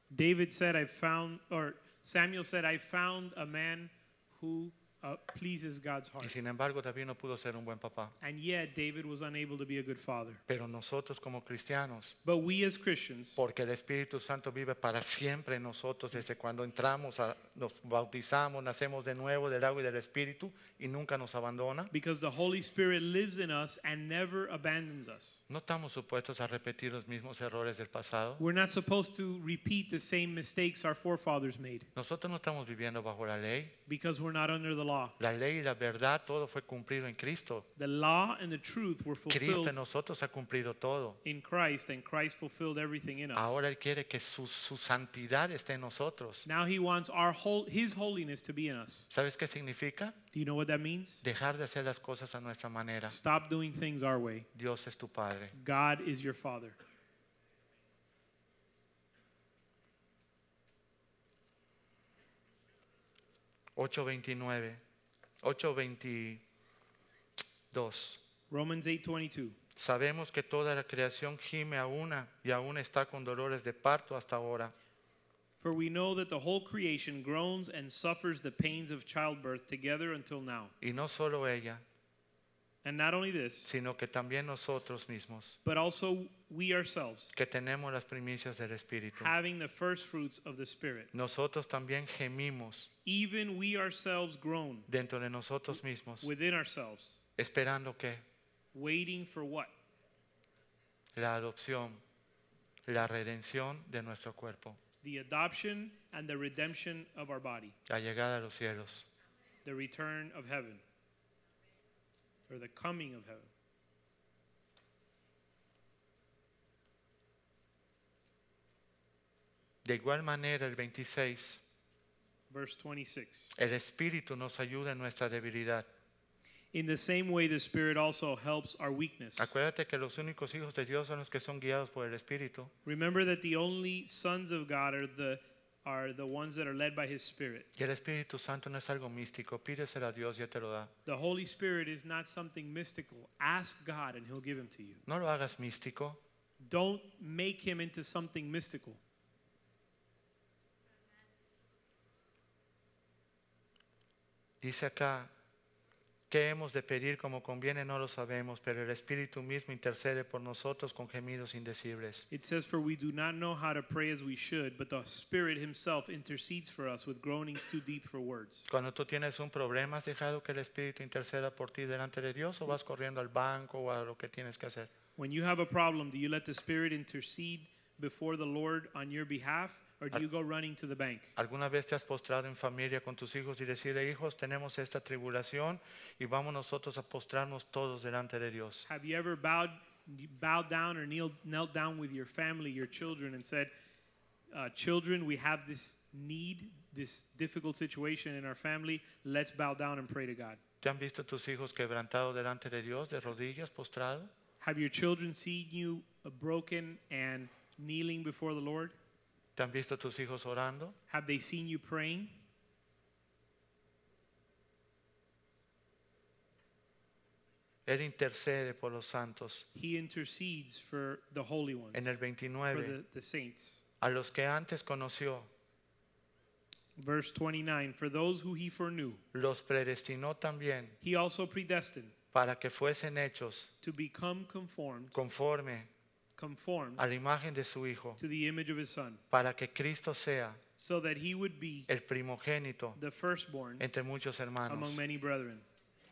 D: David said, I found, or Samuel said, I found a man who uh, pleases God's
C: Y
D: heart.
C: sin embargo David no pudo ser un buen papá.
D: And yet, David was unable to be a good father.
C: Pero nosotros como cristianos
D: But we as Christians,
C: Porque el Espíritu Santo vive para siempre en nosotros desde cuando entramos, a- nos bautizamos, nacemos de nuevo del agua y del Espíritu y nunca nos abandona.
D: because the Holy Spirit lives in us and never abandons us.
C: No estamos supuestos a repetir los mismos errores del pasado.
D: We're not supposed to repeat the same mistakes our forefathers made
C: Nosotros no estamos viviendo bajo la ley.
D: because we're not under the law.
C: La ley y la verdad, todo fue cumplido en Cristo.
D: The law and the truth were
C: Cristo
D: fulfilled
C: en nosotros ha cumplido todo.
D: in Christ, and Christ fulfilled everything in us.
C: Ahora Él quiere que su, su santidad esté en nosotros.
D: Now he wants our whole, his holiness to be in us.
C: ¿Sabes qué significa?
D: Do you know what that means?
C: Dejar de hacer las cosas a nuestra manera.
D: Stop doing things our way.
C: Dios es tu Padre.
D: God is your father.
C: ocho 8:22.
D: Romans 8:22.
C: Sabemos que toda la creación gime a una y aún está con dolores de parto hasta ahora.
D: For we know that the whole creation groans and suffers the pains of childbirth together until now.
C: Y no solo ella,
D: And not only this,
C: sino que también nosotros mismos,
D: but also we ourselves,
C: que tenemos las primicias del Espíritu.
D: having the first fruits of the Spirit.
C: Nosotros también gemimos
D: Even we ourselves groan
C: dentro de nosotros mismos,
D: within ourselves,
C: esperando que
D: waiting for what?
C: la adopción, la redención de nuestro cuerpo,
D: The adoption and the redemption of our body,
C: la llegada a los cielos.
D: the return of heaven, or the coming of heaven.
C: De igual manera, el 26,
D: Verse 26.
C: el Espíritu nos ayuda en nuestra debilidad.
D: In the same way, the Spirit also helps our weakness.
C: Acuérdate que los únicos hijos de Dios son los que son guiados por el Espíritu.
D: Remember that the only sons of God are the, are the ones that are led by His Spirit.
C: Y el Espíritu Santo no es algo místico, pídeselo a Dios y Él te lo da.
D: The Holy Spirit is not something mystical. Ask God and He'll give Him to you.
C: No lo hagas místico,
D: Don't make him into something mystical.
C: Dice acá, ¿qué hemos de pedir como conviene? No lo sabemos, pero el Espíritu mismo intercede por nosotros con gemidos indecibles.
D: It says, For we do not know how to pray as we should, but the Spirit Himself intercedes for us with groanings too deep for words.
C: Cuando tú tienes un problema, ¿has dejado que el Espíritu interceda por ti delante de Dios o vas corriendo al banco o a lo que tienes que hacer?
D: When you have a problem, do you let the Spirit intercede before the Lord on your behalf, or do you go running to the bank?
C: ¿Alguna vez te has postrado en familia con tus hijos y decirle, hijos, tenemos esta tribulación y vamos nosotros a postrarnos todos delante de Dios?
D: Have you ever bowed, bowed down or kneeled, knelt down with your family, your children, and said, uh, Children, we have this need, this difficult situation in our family. Let's bow down and pray to God.
C: ¿Te han visto tus hijos quebrantados delante de Dios, de rodillas, postrado?
D: Have your children seen you uh, broken and kneeling before the Lord?
C: ¿Te han visto tus hijos orando?
D: Have they seen you praying?
C: Él intercede por los santos.
D: He intercedes for the holy ones,
C: En el
D: for
C: 29,
D: the, the saints.
C: a los que antes conoció,
D: Verse 29 For those who he foreknew,
C: los predestinó también
D: he also predestined
C: para que fuesen hechos
D: to become conformed,
C: conforme
D: conformed
C: a la imagen de su Hijo,
D: to the image of his son,
C: para que Cristo sea
D: so that he would be
C: el primogénito
D: the firstborn
C: entre muchos hermanos.
D: among many brethren.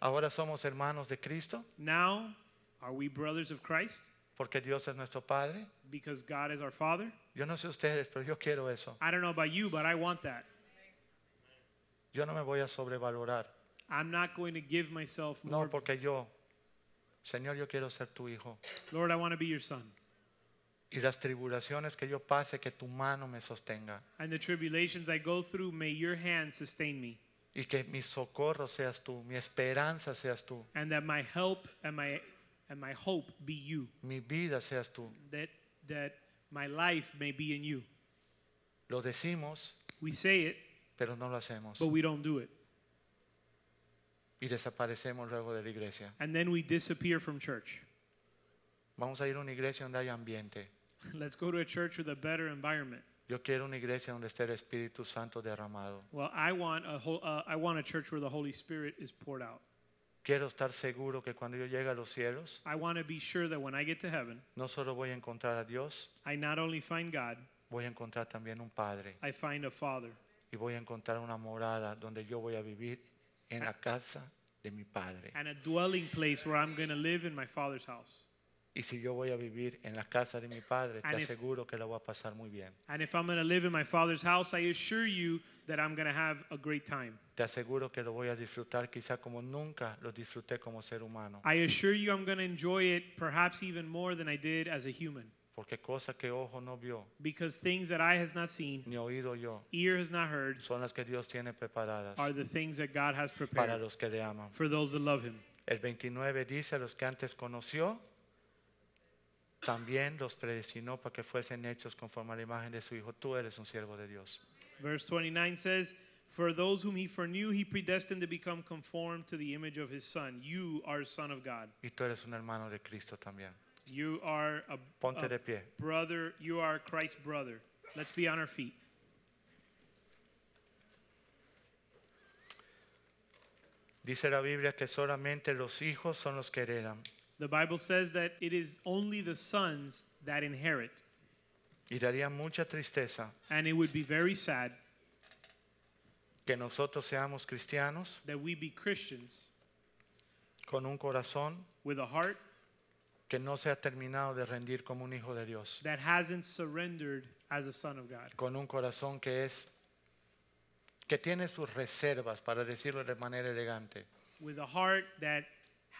C: Ahora somos hermanos de Cristo
D: Now, are we brothers of Christ?
C: porque Dios es nuestro Padre.
D: Because God is our Father?
C: Yo no sé ustedes, pero yo quiero eso.
D: I don't know about you, but I want that.
C: Yo no me voy a sobrevalorar.
D: I'm not going to give myself more.
C: No, porque yo, Señor, yo quiero ser tu Hijo.
D: Lord, I want to be your son.
C: Y las tribulaciones que yo pase, que tu mano me sostenga.
D: And the tribulations I go through, may your hand sustain me.
C: y que mi socorro seas tú, mi esperanza seas tú,
D: and that my help and my and my hope be you
C: mi vida seas tú.
D: that that my life may be in you
C: Lo decimos,
D: we say it
C: pero no lo hacemos
D: but we don't do it
C: y desaparecemos luego de la iglesia.
D: and then we disappear from church
C: Vamos a ir a una iglesia donde haya ambiente.
D: let's go to a church with a better environment
C: Yo quiero una iglesia donde esté el Espíritu Santo derramado.
D: well i want a whole, uh, i want a church where the holy spirit is poured out
C: Quiero estar seguro que cuando yo llegue a los cielos,
D: i want to be sure that when i get to heaven
C: no solo voy a encontrar a Dios,
D: i not only find god
C: voy a encontrar también un Padre
D: i find a father
C: y voy a encontrar una morada donde yo voy a vivir en la casa de mi Padre.
D: and a dwelling place where i'm going to live in my father's house
C: Y si yo voy a vivir en la casa de mi Padre, te
D: And if-
C: aseguro que la voy a pasar muy bien.
D: and if i'm going to live in my father's house i assure you that i'm going to have a great time
C: Te aseguro que lo voy a disfrutar quizá como nunca lo disfruté como ser humano.
D: I assure you I'm going to enjoy it perhaps even more than I did as a human
C: Porque cosas que ojo no vio,
D: because things that eye has not seen,
C: ni oído yo,
D: ear has not heard
C: son las que Dios tiene preparadas
D: are the things that God has
C: para
D: prepared
C: los que le aman.
D: for those that love him.
C: El 29 dice, a los que antes conoció, también los predestinó para que fuesen hechos conforme a la imagen de su Hijo. Tú eres un siervo de Dios.
D: Verse 29 says, "For those whom he foreknew he predestined to become conformed to the image of his son. You are son of God.
C: Y tú eres un hermano de Cristo también.
D: You are a,
C: Ponte
D: a
C: de pie.
D: brother, you are Christ's brother." Let's be on our feet.
C: Dice la Biblia que solamente los hijos son los que heredan.
D: The Bible says that it is only the sons that inherit,
C: Y daría mucha tristeza
D: and it would be very sad
C: que nosotros seamos cristianos
D: that we be Christians
C: con un corazón
D: with a heart
C: que no se ha terminado de rendir como un hijo de Dios,
D: that hasn't surrendered as a son of God,
C: con un corazón que es que tiene sus reservas, para decirlo de manera elegante,
D: with a heart that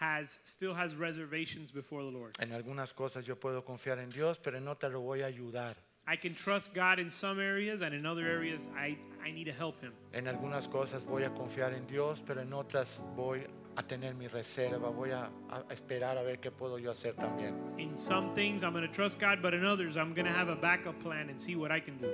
D: has still has reservations before the Lord.
C: en algunas cosas yo puedo confiar en Dios, pero no te lo voy a ayudar.
D: I can trust God in some areas and in other areas I, I need to help him.
C: En algunas cosas voy a confiar en Dios, pero en otras voy a tener mi reserva, voy a, a esperar a ver qué puedo yo hacer también.
D: In some things I'm going to trust God, but in others I'm going to have a backup plan and see what I can do.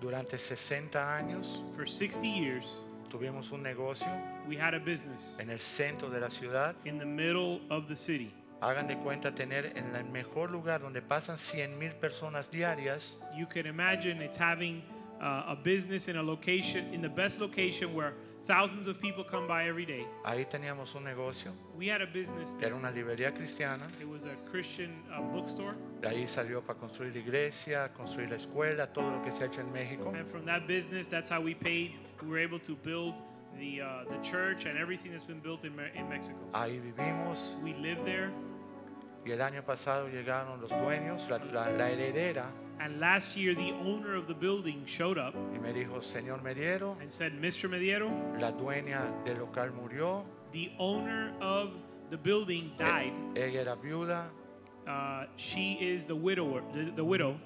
C: Durante 60 años
D: For 60 years,
C: tuvimos un negocio
D: we had a business
C: en el centro de la ciudad
D: in the middle of the city
C: Hagan de cuenta tener en el mejor lugar donde pasan 100 mil personas diarias,
D: You can imagine it's having uh, a business in a location, in the best location where thousands of people come by every day.
C: ahí teníamos un negocio.
D: We had a business there.
C: Era una librería cristiana.
D: It was a Christian uh, bookstore,
C: De ahí salió para construir la iglesia, construir la escuela, todo lo que se ha hecho en México.
D: and from that business, that's how we paid. We were able to build the uh, the church and everything that's been built in, Me- in Mexico.
C: Ahí vivimos
D: We lived there,
C: y el año pasado llegaron los dueños, la, la- la heredera,
D: and last year the owner of the building showed up
C: y me dijo, señor Mediero,
D: and said, "Mr. Mediero,
C: la dueña del local murió,
D: the owner of the building died.
C: ella era viuda,
D: Uh, she is the widower, the, the widow.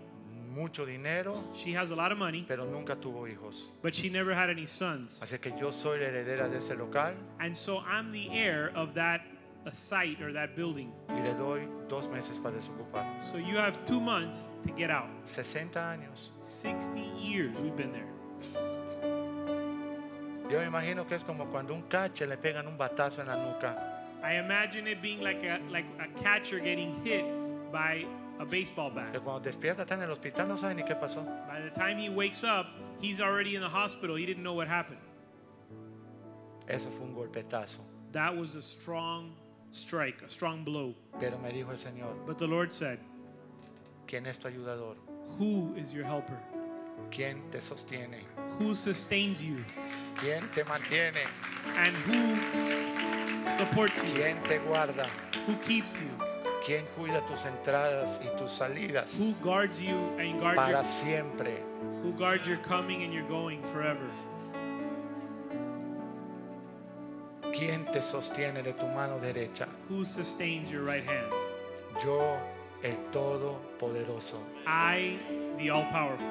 C: mucho dinero,
D: She has a lot of money,
C: pero nunca tuvo hijos.
D: but she never had any sons.
C: Así que yo soy la heredera de ese local
D: And so I'm the heir of that uh, site or that building.
C: y le doy dos meses para desocupar.
D: So you have two months to get out.
C: 60 años.
D: 60 years we've been there.
C: Yo me imagino que es como cuando un cache le pegan un batazo en la nuca.
D: I imagine it being like a like a catcher getting hit by a baseball bat.
C: Que cuando despierta está en el hospital, no sabe ni qué pasó.
D: By the time he wakes up, he's already in the hospital. He didn't know what happened.
C: Eso fue un golpetazo.
D: That was a strong strike, a strong blow.
C: Pero me dijo el Señor,
D: But the Lord said,
C: ¿quién es tu ayudador?
D: "Who is your helper?
C: ¿Quién te sostiene?
D: Who sustains you
C: ¿Quién te mantiene?
D: and who supports you?
C: ¿Quién te guarda?
D: Who keeps you?
C: ¿Quién cuida tus entradas y tus salidas
D: Who guards you and guards your
C: para siempre?
D: who guards your coming and your going forever?
C: ¿Quién te sostiene de tu mano derecha?
D: Who sustains your right hand?
C: Yo, el Todopoderoso.
D: I, the all powerful.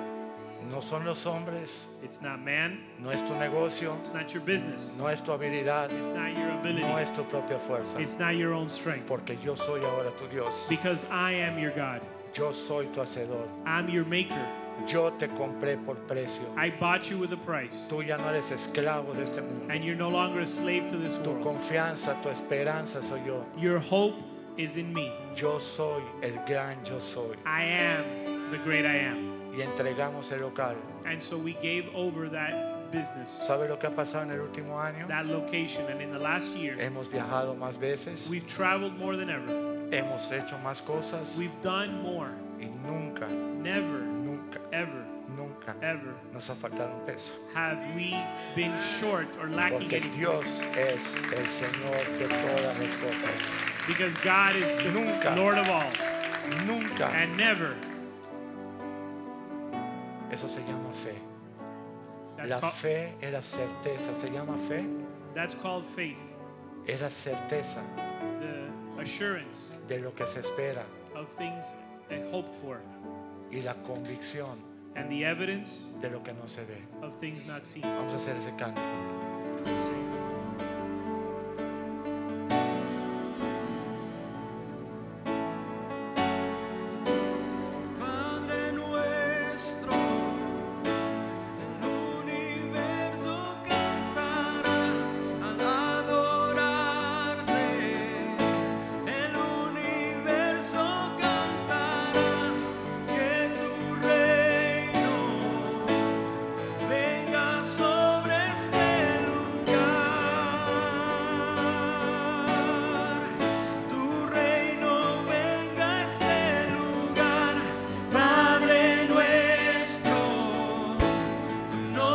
C: No son los hombres,
D: It's not man,
C: no es tu negocio,
D: it's not your business,
C: no es tu habilidad,
D: it's not your
C: no
D: ability,
C: es tu propia fuerza.
D: it's not your own strength.
C: Porque yo soy ahora tu Dios.
D: Because I am your God,
C: Yo soy tu hacedor.
D: I'm your maker.
C: Yo te compré por precio.
D: I bought you with a price,
C: Tú ya no eres esclavo de este mundo.
D: and you're no longer a slave to this
C: Tu
D: world.
C: confianza, tu esperanza soy yo.
D: Your hope is in me.
C: Yo soy el gran yo soy.
D: I am the great I am.
C: Y entregamos el local.
D: And so we gave over that business,
C: ¿Sabe lo que ha pasado en el último año?
D: that location, and in the last year,
C: Hemos viajado más veces,
D: we've traveled more than ever.
C: hemos hecho más cosas
D: We've done more.
C: y nunca,
D: Never,
C: nunca,
D: ever,
C: nunca
D: ever
C: nos ha faltado un peso.
D: have we been short or lacking
C: Porque
D: anything.
C: Dios es el Señor de todas las cosas.
D: Because God is the
C: Nunca.
D: Lord of all
C: Nunca.
D: and never.
C: Eso se llama fe.
D: That's,
C: La
D: called,
C: fe es la certeza. ¿Se llama fe?
D: that's called faith,
C: Es la certeza
D: the assurance
C: de lo que se espera
D: of things uh, hoped for
C: y la convicción
D: and the evidence
C: de lo que no se ve.
D: of things not seen.
C: Vamos a hacer ese cambio.
D: Let's sing.
E: Padre nuestro, el universo cantará al adorarte. El universo cantará que tu reino venga sobre este lugar. este este este Oh, Oh,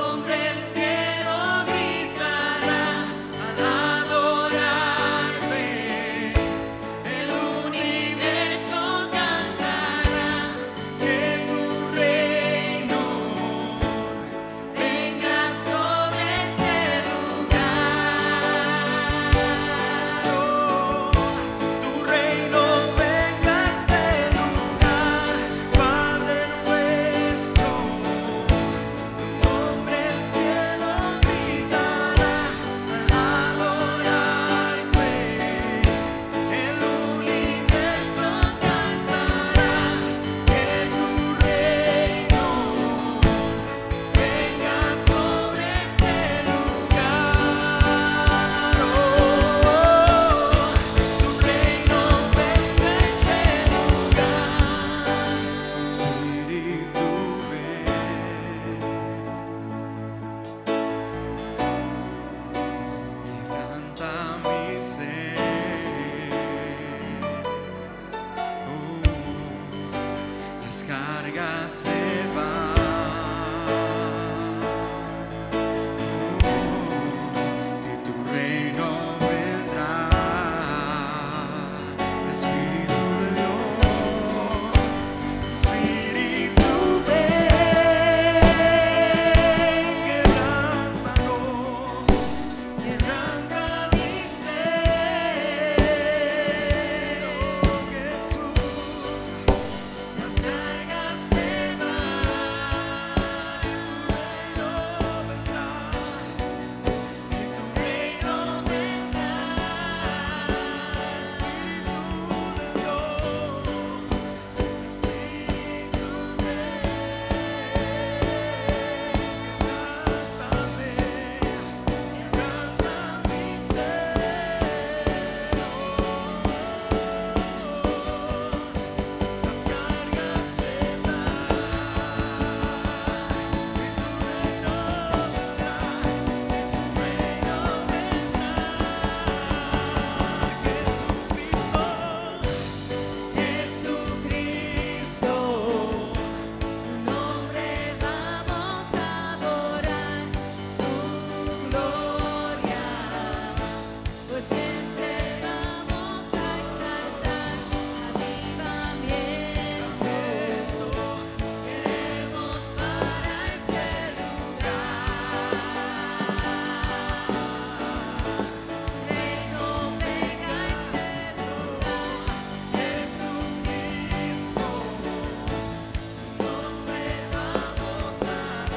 E: pues este este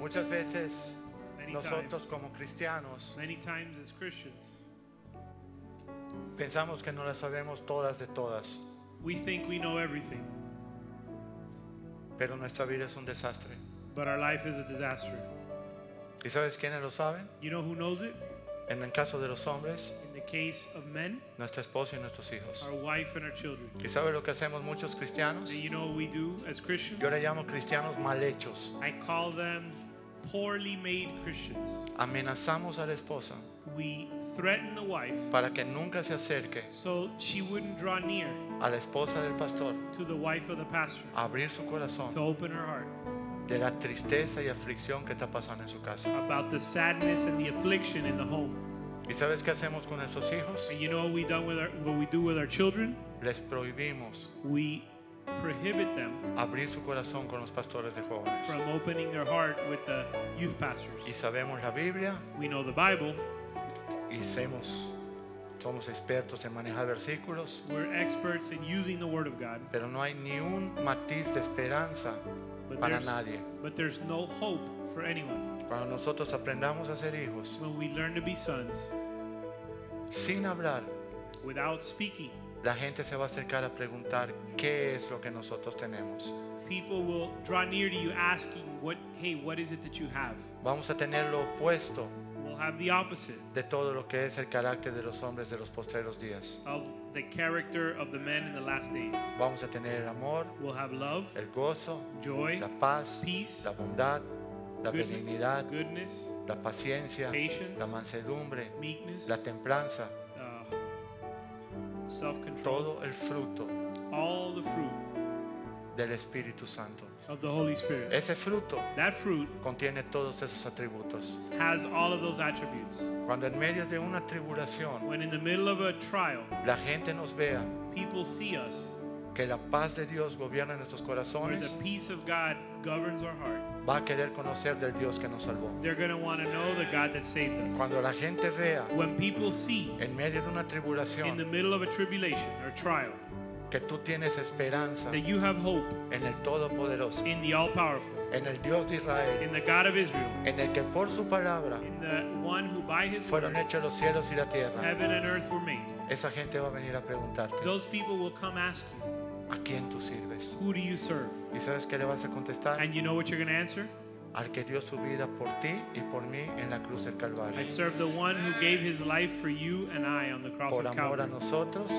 C: Muchas veces
D: Many
C: nosotros
D: times.
C: como cristianos
D: Many times as Christians,
C: pensamos que no las sabemos todas de todas,
D: we think we know everything,
C: pero nuestra vida es un desastre.
D: but our life is a disaster.
C: ¿Y sabes quiénes lo saben?
D: You know who knows it?
C: En el caso de los hombres,
D: In the case of men,
C: nuestra esposa y nuestros hijos.
D: our wife and our children.
C: ¿Y sabes lo que hacemos muchos cristianos?
D: And you know what we do as Christians?
C: Yo le llamo cristianos mal hechos.
D: I call them poorly made Christians.
C: Amenazamos a la esposa
D: We threaten the wife
C: para que nunca se acerque
D: so she wouldn't draw near
C: a la esposa del pastor
D: to the wife of the pastor
C: a abrir su corazón
D: to open her heart
C: de la tristeza y aflicción que está pasando en su casa.
D: about the sadness and the affliction in the home.
C: ¿Y sabes qué hacemos con esos hijos?
D: And you know what we done with our, what we do with our children?
C: Les prohibimos
D: We prohibit them
C: abrir su corazón con los pastores de jóvenes.
D: from opening their heart with the youth pastors.
C: Y sabemos la Biblia
D: We know the Bible.
C: y somos, somos expertos en manejar versículos,
D: We're experts in using the Word of God.
C: pero no hay ni un matiz de esperanza
D: But
C: para
D: there's-
C: nadie.
D: but there's no hope for anyone.
C: Cuando nosotros aprendamos a ser hijos,
D: When we learn to be sons
C: sin hablar,
D: without speaking,
C: la gente se va a acercar a preguntar qué es lo que nosotros tenemos.
D: people will draw near to you asking what hey what is it that you have
C: Vamos a tener lo opuesto
D: we'll have the opposite
C: de todo lo que es el carácter de los hombres de los postreros días.
D: of the character of the men in the last days
C: Vamos a tener el amor,
D: we'll have love
C: el gozo,
D: joy
C: la paz,
D: Peace.
C: la bondad, la
D: goodness-
C: benignidad,
D: goodness
C: la paciencia,
D: Patience.
C: la mansedumbre,
D: meekness
C: la templanza,
D: uh, self-control
C: todo el fruto
D: all the fruit
C: del Espíritu Santo.
D: of the holy spirit
C: Ese fruto
D: that fruit
C: contiene todos esos atributos.
D: has all of those attributes
C: Cuando en medio de una tribulación
D: when in the middle of a trial
C: la gente nos vea
D: people see us
C: que la paz de Dios gobierna nuestros
D: where the
C: corazones,
D: peace of god governs our heart
C: va a querer conocer del Dios que nos salvó.
D: they're going to want to know the god that saved us
C: Cuando la gente vea
D: when people see
C: en medio de una
D: in the
C: tribulación
D: middle of a tribulation or trial
C: que tú tienes esperanza
D: that you have hope
C: en el Todopoderoso,
D: in the all-powerful
C: en el Dios de Israel,
D: in the god of israel
C: en el que por su palabra
D: in the one who by his
C: fueron
D: word
C: hechos los cielos y la tierra.
D: heaven and earth were made
C: Esa gente va a venir a preguntarte,
D: those people will come ask you
C: ¿a quién tú sirves?
D: who do you serve
C: ¿Y sabes qué le vas a contestar?
D: and you know what you're going to answer
C: Al que dio su vida por ti y por mí en la cruz del
D: i
C: Calvario.
D: serve the one who gave his life for you and i on the cross
C: Por
D: of
C: amor a
D: calvary
C: nosotros,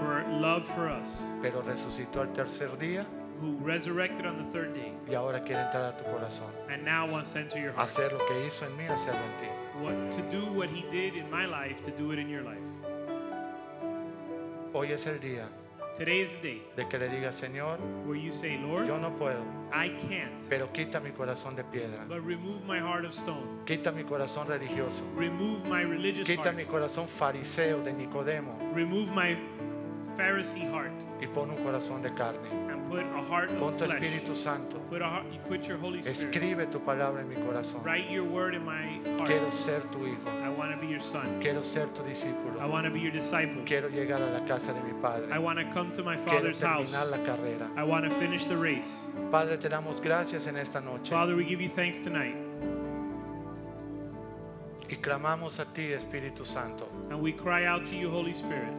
D: for love for us
C: pero resucitó al tercer día
D: who resurrected on the third day
C: y ahora quiere entrar a tu corazón.
D: and now wants to enter your heart
C: Hacer lo que hizo en mí, hacerlo en ti.
D: what to do what he did in my life to do it in your life
C: Hoy es el día
D: today is the day
C: de que le digas, Señor,
D: where you say lord
C: yo no puedo,
D: i can't
C: pero quita mi corazón de piedra.
D: But remove my heart of stone.
C: Quita mi corazón religioso.
D: Remove my religious
C: Quita
D: heart.
C: mi corazón fariseo de Nicodemo
D: Remove my Pharisee heart
C: y pon un corazón de carne.
D: and put a heart
C: Pon
D: of
C: tu
D: flesh.
C: Espíritu Santo.
D: Put a heart, you put your Holy Spirit.
C: Escribe tu palabra en mi corazón.
D: Write your word in my heart.
C: Quiero ser tu hijo.
D: I want to be your son.
C: Quiero ser tu
D: I
C: discípulo.
D: want to be your disciple.
C: Quiero llegar a la casa de mi
D: I
C: Padre.
D: want to come to my
C: Quiero
D: Father's house.
C: terminar la carrera.
D: I want to finish the race.
C: Padre, te damos gracias en esta noche
D: Father, we give you thanks tonight,
C: y clamamos a ti, Espíritu Santo,
D: and we cry out to you, Holy Spirit,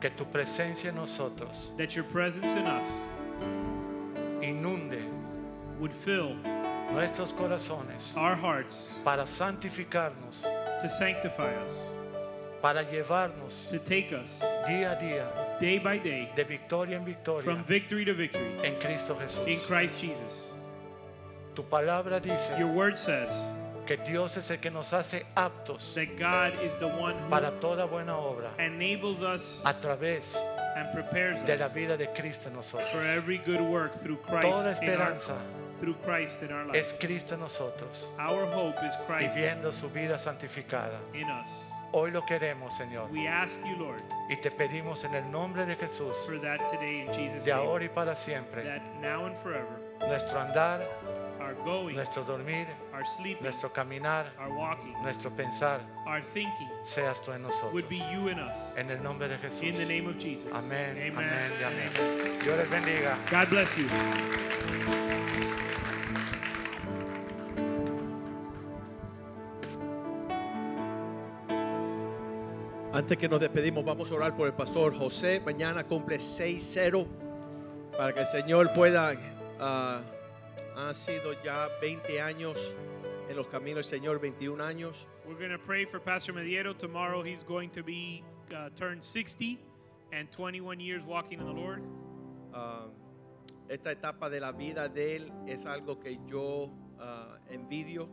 C: que tu presencia en nosotros
D: that your presence in us
C: inunde
D: would fill
C: nuestros corazones
D: our hearts
C: para santificarnos,
D: to sanctify us,
C: para llevarnos
D: to take us
C: día a día
D: day by day
C: de victoria en
D: from
C: victoria
D: victory to victory
C: en Cristo
D: in
C: Jesús.
D: Christ Jesus.
C: Tu palabra
D: Your
C: dice
D: word says
C: que Dios es el que nos hace aptos
D: that God is the one who
C: para toda buena obra
D: enables us
C: a través
D: and prepares
C: de la
D: us
C: vida de Cristo en nosotros.
D: for every good work through
C: Toda
D: Christ in our,
C: esperanza
D: through Christ in our
C: es
D: life.
C: Cristo en nosotros,
D: Our hope is Christ
C: viviendo su vida santificada.
D: in us.
C: Hoy lo queremos, Señor,
D: We ask you, Lord,
C: y te pedimos en el nombre de Jesús,
D: for that today in Jesus'
C: de
D: name,
C: ahora y para siempre,
D: that now and forever,
C: nuestro andar,
D: our going,
C: nuestro dormir,
D: our sleeping,
C: nuestro caminar,
D: our walking,
C: nuestro pensar,
D: our thinking
C: seas tú en
D: would be
C: nosotros.
D: you in us.
C: En el nombre de Jesús.
D: In the name of Jesus.
C: Amén,
D: Amen.
C: amén y
D: and
C: amén.
D: amen.
C: Dios les bendiga.
D: God bless you.
F: Antes que nos despedimos, vamos a orar por el pastor José. Mañana cumple 6-0 para que el Señor pueda. ah, han sido ya 20 años en los caminos del Señor, 21 años.
D: We're going to pray for Pastor Mediero. Tomorrow he's going to be uh, turned 60 and 21 years walking in the Lord.
F: Ah, esta etapa de la vida de él es algo que yo ah, envidio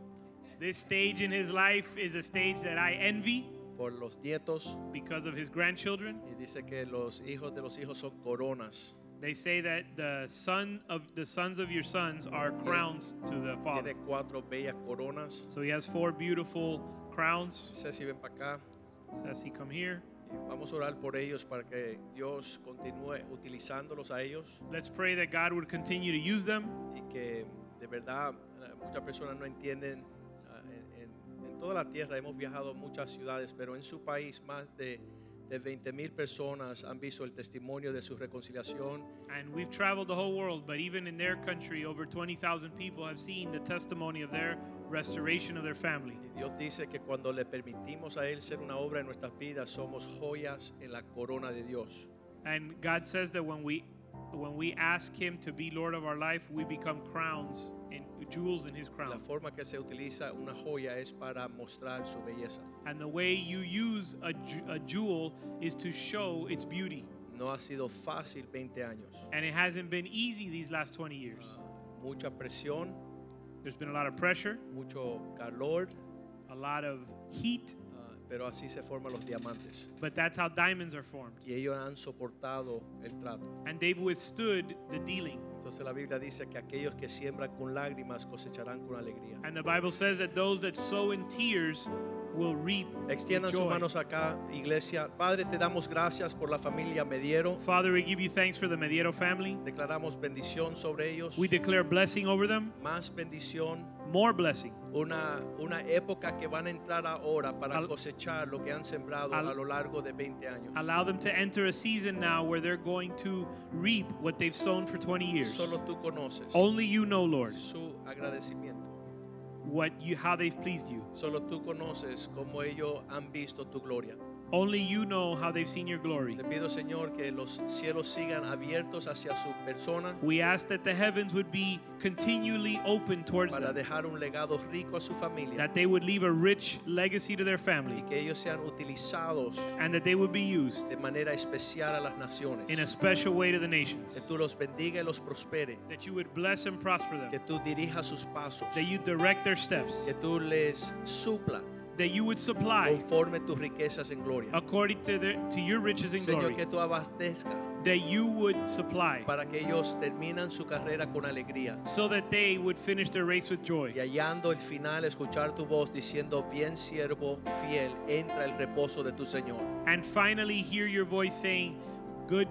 D: This stage in his life is a stage that I envy
F: por los nietos.
D: because of his grandchildren.
F: Y dice que los hijos de los hijos son coronas.
D: They say that the son of the sons of your sons are crowns to the father.
F: Tiene cuatro bellas coronas.
D: So he has four beautiful crowns.
F: Ceci, ven para acá.
D: Sassy, come here.
F: Y Vamos a orar por ellos para que Dios continúe utilizándolos a ellos
D: Let's pray that God would continue to use them.
F: y que de verdad eh, muchas personas no entienden. ah, en- En, en toda la tierra hemos viajado a muchas ciudades, pero en su país más de, de 20 mil personas han visto el testimonio de su reconciliación
D: And we've traveled the whole world, but even in their country, over 20,000 people have seen the testimony of their restoration of their family.
F: Y Dios dice que cuando le permitimos a Él ser una obra en nuestras vidas, somos joyas en la corona de Dios.
D: And God says that when we when we ask him to be Lord of our life, we become crowns and jewels in his
F: La
D: crown.
F: forma que se utiliza una joya es para mostrar su belleza.
D: And the way you use a, ju- a jewel is to show its beauty.
F: No ha sido fácil 20 años.
D: And it hasn't been easy these last 20 years.
F: Mucha presión,
D: There's been a lot of pressure,
F: mucho calor,
D: a lot of heat,
F: ah, pero así se forman los diamantes.
D: but that's how diamonds are formed.
F: Y ellos han soportado el trato.
D: And they've withstood the dealing.
F: Entonces la Biblia dice que aquellos que siembran con lágrimas cosecharán con alegría.
D: And the Bible says that those that sow in tears will reap
F: Extiendan
D: with
F: sus
D: joy.
F: manos acá, iglesia. Padre, te damos gracias por la familia Mediero.
D: Father, we give you thanks for the Mediero family.
F: Declaramos bendición sobre ellos.
D: We declare blessing over them,
F: más bendición,
D: more blessing.
F: una, una época que van a entrar ahora para
D: Al-
F: cosechar lo que han sembrado
D: al-
F: a lo largo de 20 años.
D: Allow them to enter a season now where they're going to reap what they've sown for 20 years.
F: Solo tú conoces
D: Only you know, Lord,
F: su agradecimiento.
D: what you how they've pleased you.
F: Solo tú conoces cómo ellos han visto tu gloria.
D: Only you know how they've seen your glory.
F: Te pido, Señor, que los cielos sigan abiertos hacia su persona
D: We ask that the heavens would be continually open towards
F: para
D: them,
F: dejar un legado rico a su familia
D: that they would leave a rich legacy to their
F: y
D: family,
F: que ellos sean utilizados
D: and that they would be used
F: de manera especial a las naciones.
D: in a special way to the
F: Que
D: nations.
F: tú los bendiga y los prospere.
D: That you would bless and prosper
F: Que
D: them.
F: tú dirijas sus pasos.
D: That you direct their steps.
F: que tú les supla
D: That you would supply
F: conforme tus riquezas en gloria.
D: according to, the, to your riches and
F: Señor,
D: glory.
F: que tú abastezca
D: That you would supply
F: para que ellos terminan su carrera con alegría
D: so that they would finish their race with joy.
F: y hallando el final escuchar tu voz diciendo, bien siervo fiel, entra el reposo de tu Señor.
D: And finally, hear your voice saying, Good,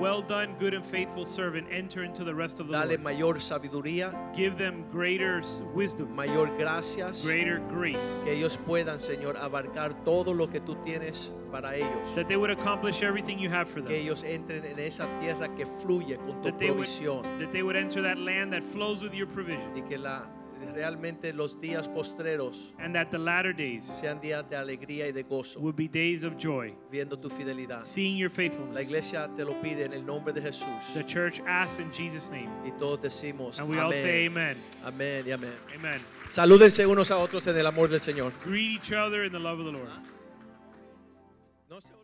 D: well done, good and faithful servant, enter into the rest of the
F: Dale
D: Lord.
F: mayor sabiduría,
D: Give them greater s- wisdom,
F: mayor gracias,
D: greater grace,
F: que ellos puedan, Señor, abarcar todo lo que tú tienes para ellos.
D: that they would accomplish everything you have for
F: Que
D: them,
F: ellos entren en esa tierra que fluye con tu
D: that they would,
F: provisión.
D: that they would enter that land that flows with your provision,
F: y que la, realmente los días postreros
D: and that the latter days
F: sean días de alegría y de gozo,
D: would be days of joy,
F: viendo tu fidelidad.
D: seeing your
F: La
D: faithfulness.
F: iglesia te lo pide en el nombre de
D: The
F: Jesús.
D: church asks in Jesus' name.
F: Y todos decimos
D: And we all say
F: amén.
D: amen.
F: Amén y amén.
D: Amen.
F: Salúdense unos a otros en el amor del Señor.
D: Greet each other in the love of the Lord.
F: No se-